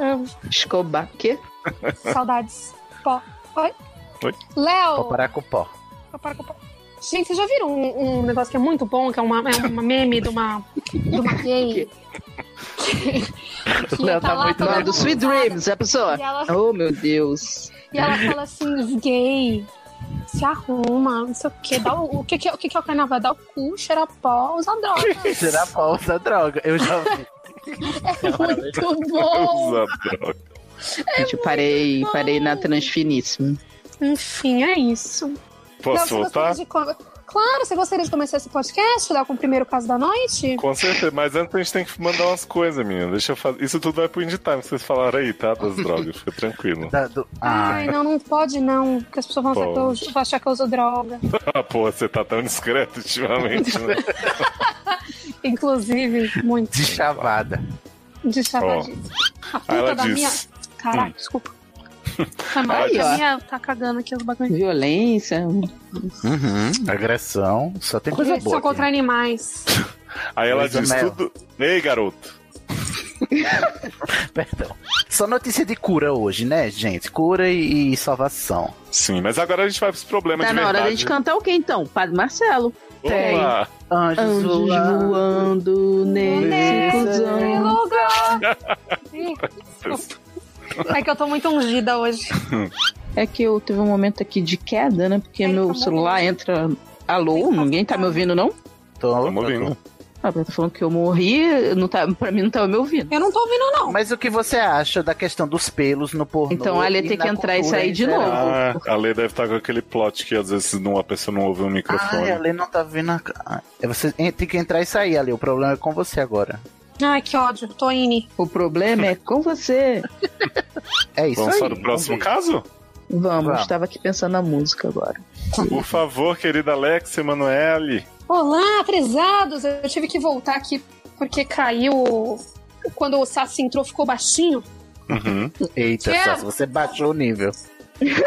S6: Amo.
S2: Escobar, quê?
S6: Saudades. Pó. Oi?
S4: Oi?
S1: Vou
S6: Léo.
S1: parar com o pó.
S6: Gente, vocês já viram um, um negócio que é muito bom, que é uma, é uma meme de uma, de uma gay?
S2: O
S6: Léo tá tá lá muito toda
S2: Não,
S6: nervoso.
S2: do Sweet Dreams, a pessoa.
S6: E ela-
S2: Oh, meu Deus.
S6: E ela fala assim, gay, se arruma, não sei o quê. Dá o, o, que, que, é- o que que é o carnaval? Dá o cu, cheira pó, usa droga.
S1: Será pau né? usa droga. Eu já vi.
S6: Muito bom!
S2: Gente, eu parei, parei na transfiníssima.
S6: Enfim, é isso.
S4: Posso
S6: Léo, você
S4: voltar?
S6: gostaria de co- Claro, você gostaria de começar esse podcast, Léo, com o primeiro caso da noite?
S4: Com certeza, mas antes a gente tem que mandar umas coisas, menina. Deixa eu fazer. Isso tudo vai pro Indie Time, vocês falaram aí, tá? Das drogas, fica tranquilo.
S1: ah,
S6: Ai, não, não pode não, porque as pessoas vão, achar que eu-
S4: Ah. Pode.
S6: vão achar que eu uso droga.
S4: Ah, Pô, você tá tão discreto ultimamente, né?
S6: Inclusive, muito.
S1: De chavada.
S6: De chavadinho. A puta
S4: ela
S6: da
S4: diz-
S6: minha. Caraca,
S4: Hum.
S6: desculpa. A
S2: Ela
S6: mãe da
S2: diz-
S6: minha tá cagando aqui os bagulhos.
S2: Violência.
S1: Uhum. Agressão. Só tem coisa né?
S6: Agressão
S4: boa aqui.
S6: contra animais.
S4: Aí ela
S1: Luísa
S4: diz
S1: Mel.
S4: tudo. Ei, garoto.
S1: Perdão. Só notícia de cura hoje, né, gente? Cura e, e salvação.
S4: Sim, mas agora a gente vai pros problemas
S2: Tá
S4: de
S2: na
S4: verdade.
S2: hora da gente cantar o quê, então? Padre Marcelo.
S4: Vamos Tem. lá.
S1: Anjos,
S2: voando, nesse
S6: Que
S2: cuzão.
S6: lugar! É que eu tô muito ungida hoje.
S2: É que eu teve um momento aqui de queda, né? Porque meu celular entra... Alô? Ninguém tá me ouvindo, não?
S1: Tô,
S4: ouvindo.
S2: Ah, tá falando que eu morri, não tá, pra mim não tava me ouvindo.
S6: Eu não tô ouvindo, não.
S1: Mas o que você acha da questão dos pelos no pornô?
S2: Então a Lê
S1: e
S2: tem
S1: na
S2: que entrar e
S1: cultura
S2: sair
S1: em
S2: de
S1: geral?
S4: Ah, a Lê deve estar com aquele plot que às vezes não, a pessoa não ouve o microfone.
S1: Ai, a Lê não tá vendo a... Ah, é Você en- tem que entrar e sair, Ale. O problema é com você agora.
S6: Ai, que ódio. Tô indo.
S2: O problema é com você.
S1: É isso
S4: Vamos
S1: aí.
S4: só no
S1: Vamos ver.
S4: próximo caso?
S2: Vamos,
S4: Vamos.
S2: estava aqui pensando na música agora.
S4: Por favor, querida Alex Emanuele.
S6: Olá, prezados! Eu tive que voltar aqui porque caiu. Quando o Sassi entrou, ficou baixinho.
S1: Uhum. Eita,
S6: É.
S1: só se você baixou o nível.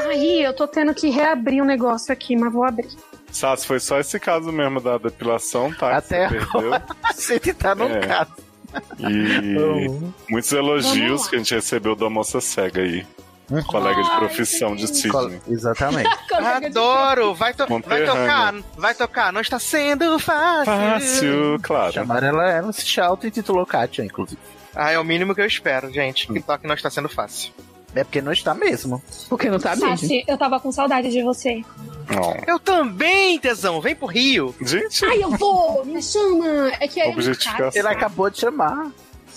S6: Aí, eu tô tendo que reabrir um negócio aqui, mas vou abrir.
S4: Sass, foi só esse caso mesmo da depilação, tá? Até você perdeu.
S1: Você tá no
S4: É.
S1: caso.
S4: E
S1: Vamos
S4: muitos elogios
S1: lá.
S4: que a gente recebeu da moça cega aí. Colega de profissão de Sidney.
S1: Exatamente.
S9: Adoro! Vai, to- vai tocar,
S4: Conterrâneo.
S9: vai tocar. Não está sendo fácil.
S4: claro.
S1: Chamaram ela, ela se Charlton e titulou Kátia, inclusive.
S9: Ah, é o mínimo que eu espero, gente. Que toque não está sendo fácil.
S1: É porque não está mesmo.
S2: Porque não tá
S6: Sassi, eu tava com saudade de você.
S9: Eu também, tesão. Vem pro Rio.
S4: Gente.
S6: Ai, eu vou! Me chama! É que é
S1: Ele acabou de chamar.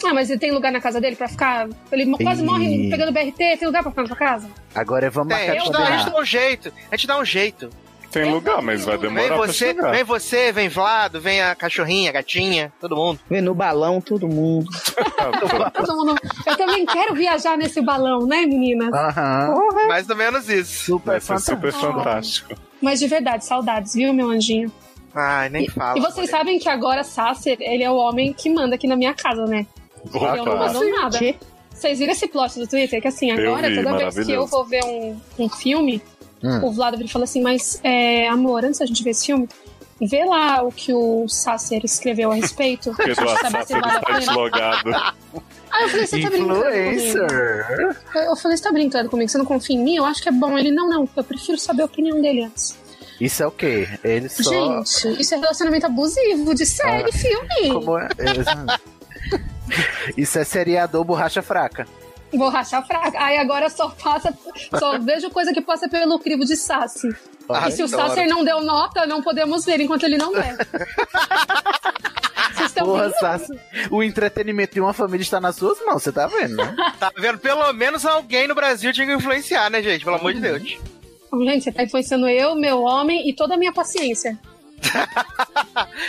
S6: Ah, mas ele tem lugar na casa dele pra ficar? Ele mo- quase
S1: Ih.
S6: morre pegando BRT, tem lugar pra ficar na sua casa?
S1: Agora é, vamos
S9: Tem, a
S2: É,
S1: marcar
S9: gente, dá, a gente
S1: combinar.
S9: dá um jeito. A gente dá um jeito.
S4: Tem lugar, mas vai
S9: Vem
S4: demorar pra
S9: você,
S4: chegar.
S9: vem você, vem Vlado, vem a cachorrinha, a gatinha, todo mundo.
S2: Vem no balão, todo mundo.
S6: Tá Todo mundo- Eu também quero viajar nesse balão, né, meninas? Porra.
S9: Mais ou menos isso.
S1: Super
S4: Vai ser super fantástico.
S6: Mas de verdade, saudades, viu, meu anjinho?
S9: Ai, nem fala.
S6: e vocês sabem que agora Sasser, ele é o homem que manda aqui na minha casa, né?
S4: Opa.
S6: eu não mando nada. Vocês viram esse plot do Twitter? Que assim,
S4: Eu
S6: agora,
S4: vi,
S6: toda vez
S4: maravilhoso.
S6: que eu vou ver um, um filme,
S4: Hum.
S6: o Vlado ele fala assim, mas é, amor, antes da gente ver esse filme, vê lá o que o Sasser escreveu a respeito. pra
S4: Porque do
S6: gente
S4: assassin está deslogado.
S6: Aí eu falei, você tá brincando comigo.
S1: Influencer.
S6: Eu eu falei, você tá brincando comigo, você não confia em mim? Eu acho que é bom. Ele, não, não, eu prefiro saber a opinião dele antes.
S1: Isso é o quê? Ele só.
S6: Gente, isso é relacionamento abusivo, de série,
S1: Ah,
S6: filme.
S1: Como é? Exato. Isso é seriador borracha fraca.
S6: Vou rachar fraca. Aí agora só passa, só vejo coisa que passa pelo crivo de Sassi.
S1: Ah,
S6: e se o
S1: adoro.
S6: Sasser não deu nota, não podemos ver enquanto ele não der. Vocês estão
S1: Porra,
S6: vendo?
S1: Sassi. O entretenimento de uma família está nas suas mãos, você tá vendo, né?
S9: Tá vendo? Pelo menos alguém no Brasil tinha que influenciar, né, gente? Pelo amor de
S6: Uhum.
S9: Deus.
S6: Gente, você tá influenciando eu, meu homem e toda a minha paciência.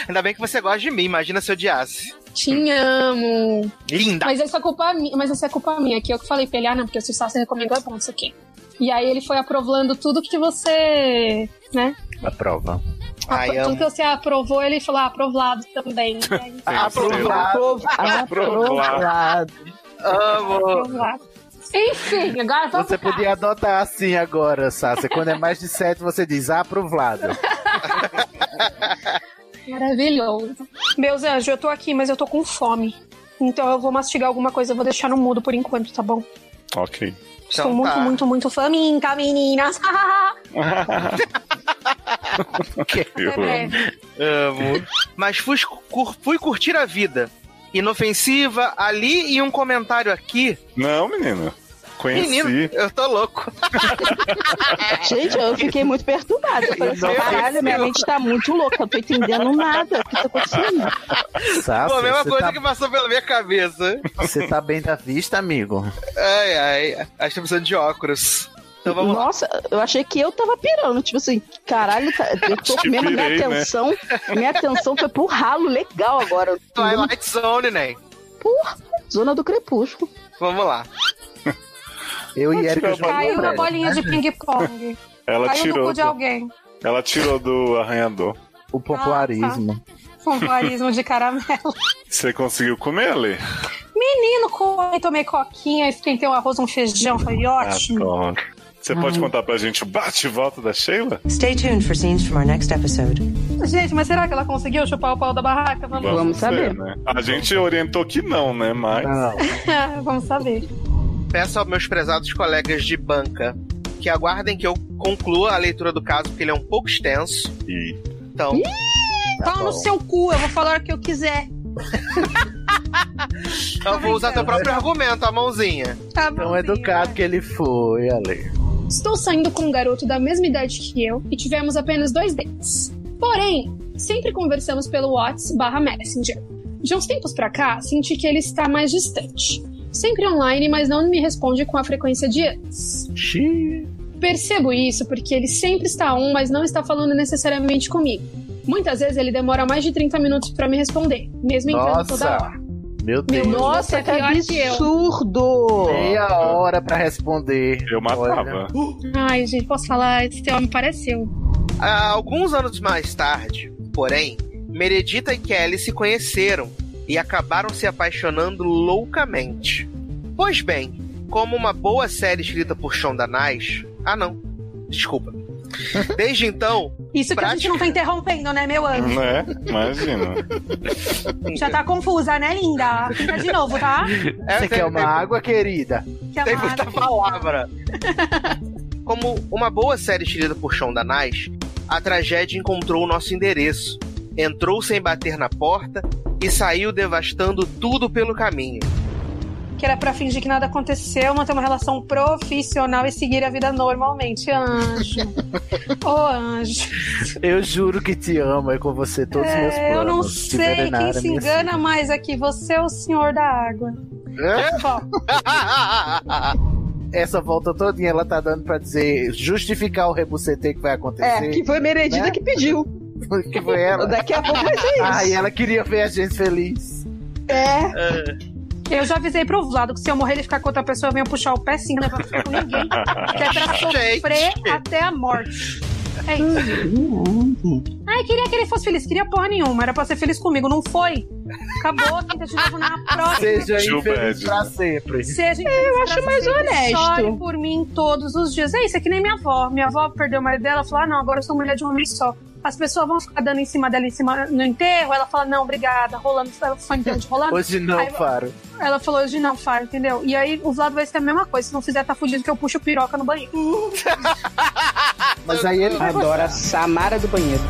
S9: Ainda bem que você gosta de mim, imagina se eu odiasse.
S6: Te amo.
S9: Linda.
S6: Mas isso é culpa minha, mas isso é culpa minha, que eu que falei pra ele, ah, não, porque se o Sassi recomendou é bom isso aqui. E aí ele foi aprovando tudo que você, né?
S1: A prova.
S9: Ai,
S6: Tudo que você aprovou, ele falou, ah, aprovado também. E aí-
S9: Ah,
S1: Aprovado.
S2: Aprovado.
S1: Amo.
S6: Aprovado. Enfim, agora vamos
S1: Você
S6: pra-
S1: podia adotar assim agora, Sassi. Quando é mais de sete, você diz "Ah, aprovado.
S6: Maravilhoso. Meus anjos, eu tô aqui, mas eu tô com fome. Então eu vou mastigar alguma coisa, eu vou deixar no mudo por enquanto, tá bom?
S4: Ok.
S1: Então
S9: Então
S6: Estou muito,
S9: tá.
S1: tá.
S6: muito, muito faminta, meninas.
S4: Eu
S6: É,
S4: amo.
S9: Amo. Mas fui, cur- fui curtir a vida. Inofensiva ali e um comentário aqui.
S4: Não, menina. Conheci.
S9: Menino, eu tô louco.
S2: Ah, Gente, eu fiquei muito perturbada. Eu falei assim, caralho, minha mente tá muito louca, eu tô entendendo nada. O que tá acontecendo?
S1: Sassi,
S9: Pô, a mesma
S1: você
S9: coisa
S1: tá-
S9: que passou pela minha cabeça.
S1: Você tá bem da vista, amigo?
S9: Ai, ai. Acho que eu preciso de óculos. Então vamos lá.
S2: Nossa, eu achei que eu tava pirando. Tipo assim, caralho, tá- eu tô
S9: Te
S2: mesmo. Minha
S9: pirei, né?
S2: atenção, minha atenção foi pro ralo legal agora.
S9: Twilight Zone, né?
S2: Porra, zona do crepúsculo.
S9: Vamos lá.
S1: Eu e Erika
S6: Caiu na bolinha
S1: né?
S6: de ping-pong.
S4: Ela
S6: Caiu no
S4: tirou.
S6: cu de
S4: do-
S6: alguém.
S4: Ela tirou do arranhador.
S1: O popularismo.
S6: Com varismo de caramelo.
S4: Você conseguiu comer ali?
S6: Menino, comi, tomei coquinha, esquentei um arroz, um feijão, foi ótimo. Uhum.
S4: Adoro. Você pode contar pra gente o bate e volta da Sheila?
S18: Stay tuned for scenes from our next episode.
S6: Gente, mas será que ela conseguiu chupar o pau da barraca? Vamos,
S4: ver, né? A gente orientou que não, né? Mas.
S6: Ah, Vamos saber.
S9: Peço aos meus prezados colegas de banca que aguardem que eu conclua a leitura do caso, porque ele é um pouco extenso. Então.
S6: Toma no seu cu, eu vou falar o que eu quiser.
S9: então Eu vou usar teu próprio argumento, a mãozinha.
S6: Tá bom.
S1: Tão educado que ele foi, Ale.
S6: Estou saindo com um garoto da mesma idade que eu e tivemos apenas dois dates. Porém, sempre conversamos pelo WhatsApp barra Messenger. De uns tempos pra cá, senti que ele está mais distante. Sempre online, mas não me responde com a frequência de antes. Percebo isso porque ele sempre está on, mas não está falando necessariamente comigo. Muitas vezes ele demora mais de 30 minutos pra me responder, mesmo entrando toda
S1: Nossa.
S6: hora.
S1: Meu Deus.
S2: Nossa,
S6: você é
S2: que
S6: pior que eu.
S2: absurdo!
S1: Meia hora pra responder.
S4: Eu
S1: matava.
S6: Ai, gente, posso falar? Esse homem pareceu.
S9: Ah, Alguns anos mais tarde, porém, Meredita e Kelly se conheceram e acabaram se apaixonando loucamente. Pois bem, como uma boa série escrita por Sean Danais. Ah, não. Desculpa. Desde então.
S6: Isso que a gente não tá interrompendo, né, meu anjo?
S4: Né? Imagina.
S9: Uhum.
S6: Já tá confusa, né, linda? Fica de novo, tá?
S9: É,
S1: Você quer uma água, querida?
S6: Quer
S9: Tem
S6: uma
S9: muita
S6: água?
S9: tá palavra. Como uma boa série escrita por Sean Danais, a tragédia encontrou o nosso endereço. Entrou sem bater na porta e saiu devastando tudo pelo caminho.
S6: Que era pra fingir que nada aconteceu, manter uma relação profissional e seguir a vida normalmente, anjo. Ô, anjo.
S1: Eu juro que te amo, é com você todos os meus
S6: É,
S1: planos.
S6: eu não
S1: Se
S6: sei
S1: envenenar
S6: quem
S1: a
S6: se
S1: minha
S6: engana mais aqui, você ou o senhor da água? Só.
S1: Essa volta todinha ela tá dando pra dizer, justificar o rebucete que vai acontecer.
S2: É, que foi Meredita que pediu.
S6: É.
S1: Que foi ela.
S2: Daqui a pouco vai ser isso.
S1: Ah, e ela queria ver a gente feliz.
S6: É.
S9: É.
S6: Eu já avisei pro Vlado que se eu morrer ele ficar com outra pessoa, eu venho puxar o pé sim, não vai ficar com ninguém. Que é pra sofrer até a morte. É isso. Ai, queria que ele fosse feliz. Queria porra nenhuma. Era pra ser feliz comigo. Não foi. Acabou. Tenta de novo na próxima.
S1: Seja
S9: Too
S1: infeliz
S9: bad,
S1: pra
S9: né?
S1: sempre.
S6: Seja
S2: É, eu
S6: infeliz
S2: acho
S6: pra
S2: mais
S6: sempre.
S2: honesto.
S6: Chore por mim todos os dias. É isso, é que nem minha avó. Minha avó perdeu o marido dela e falou: ah, não, agora eu sou mulher de um homem só. As pessoas vão ficar dando em cima dela em cima no enterro. Ela fala: não, obrigada, rolando, fantante, rolando.
S1: Hoje não,
S6: Aí-
S1: Faro.
S6: ela falou hoje não, Faro, entendeu? E aí o Vlado vai ser a mesma coisa. Se não fizer, tá fudido que eu puxo piroca no banheiro.
S2: Mas aí ele adora Samara do banheiro.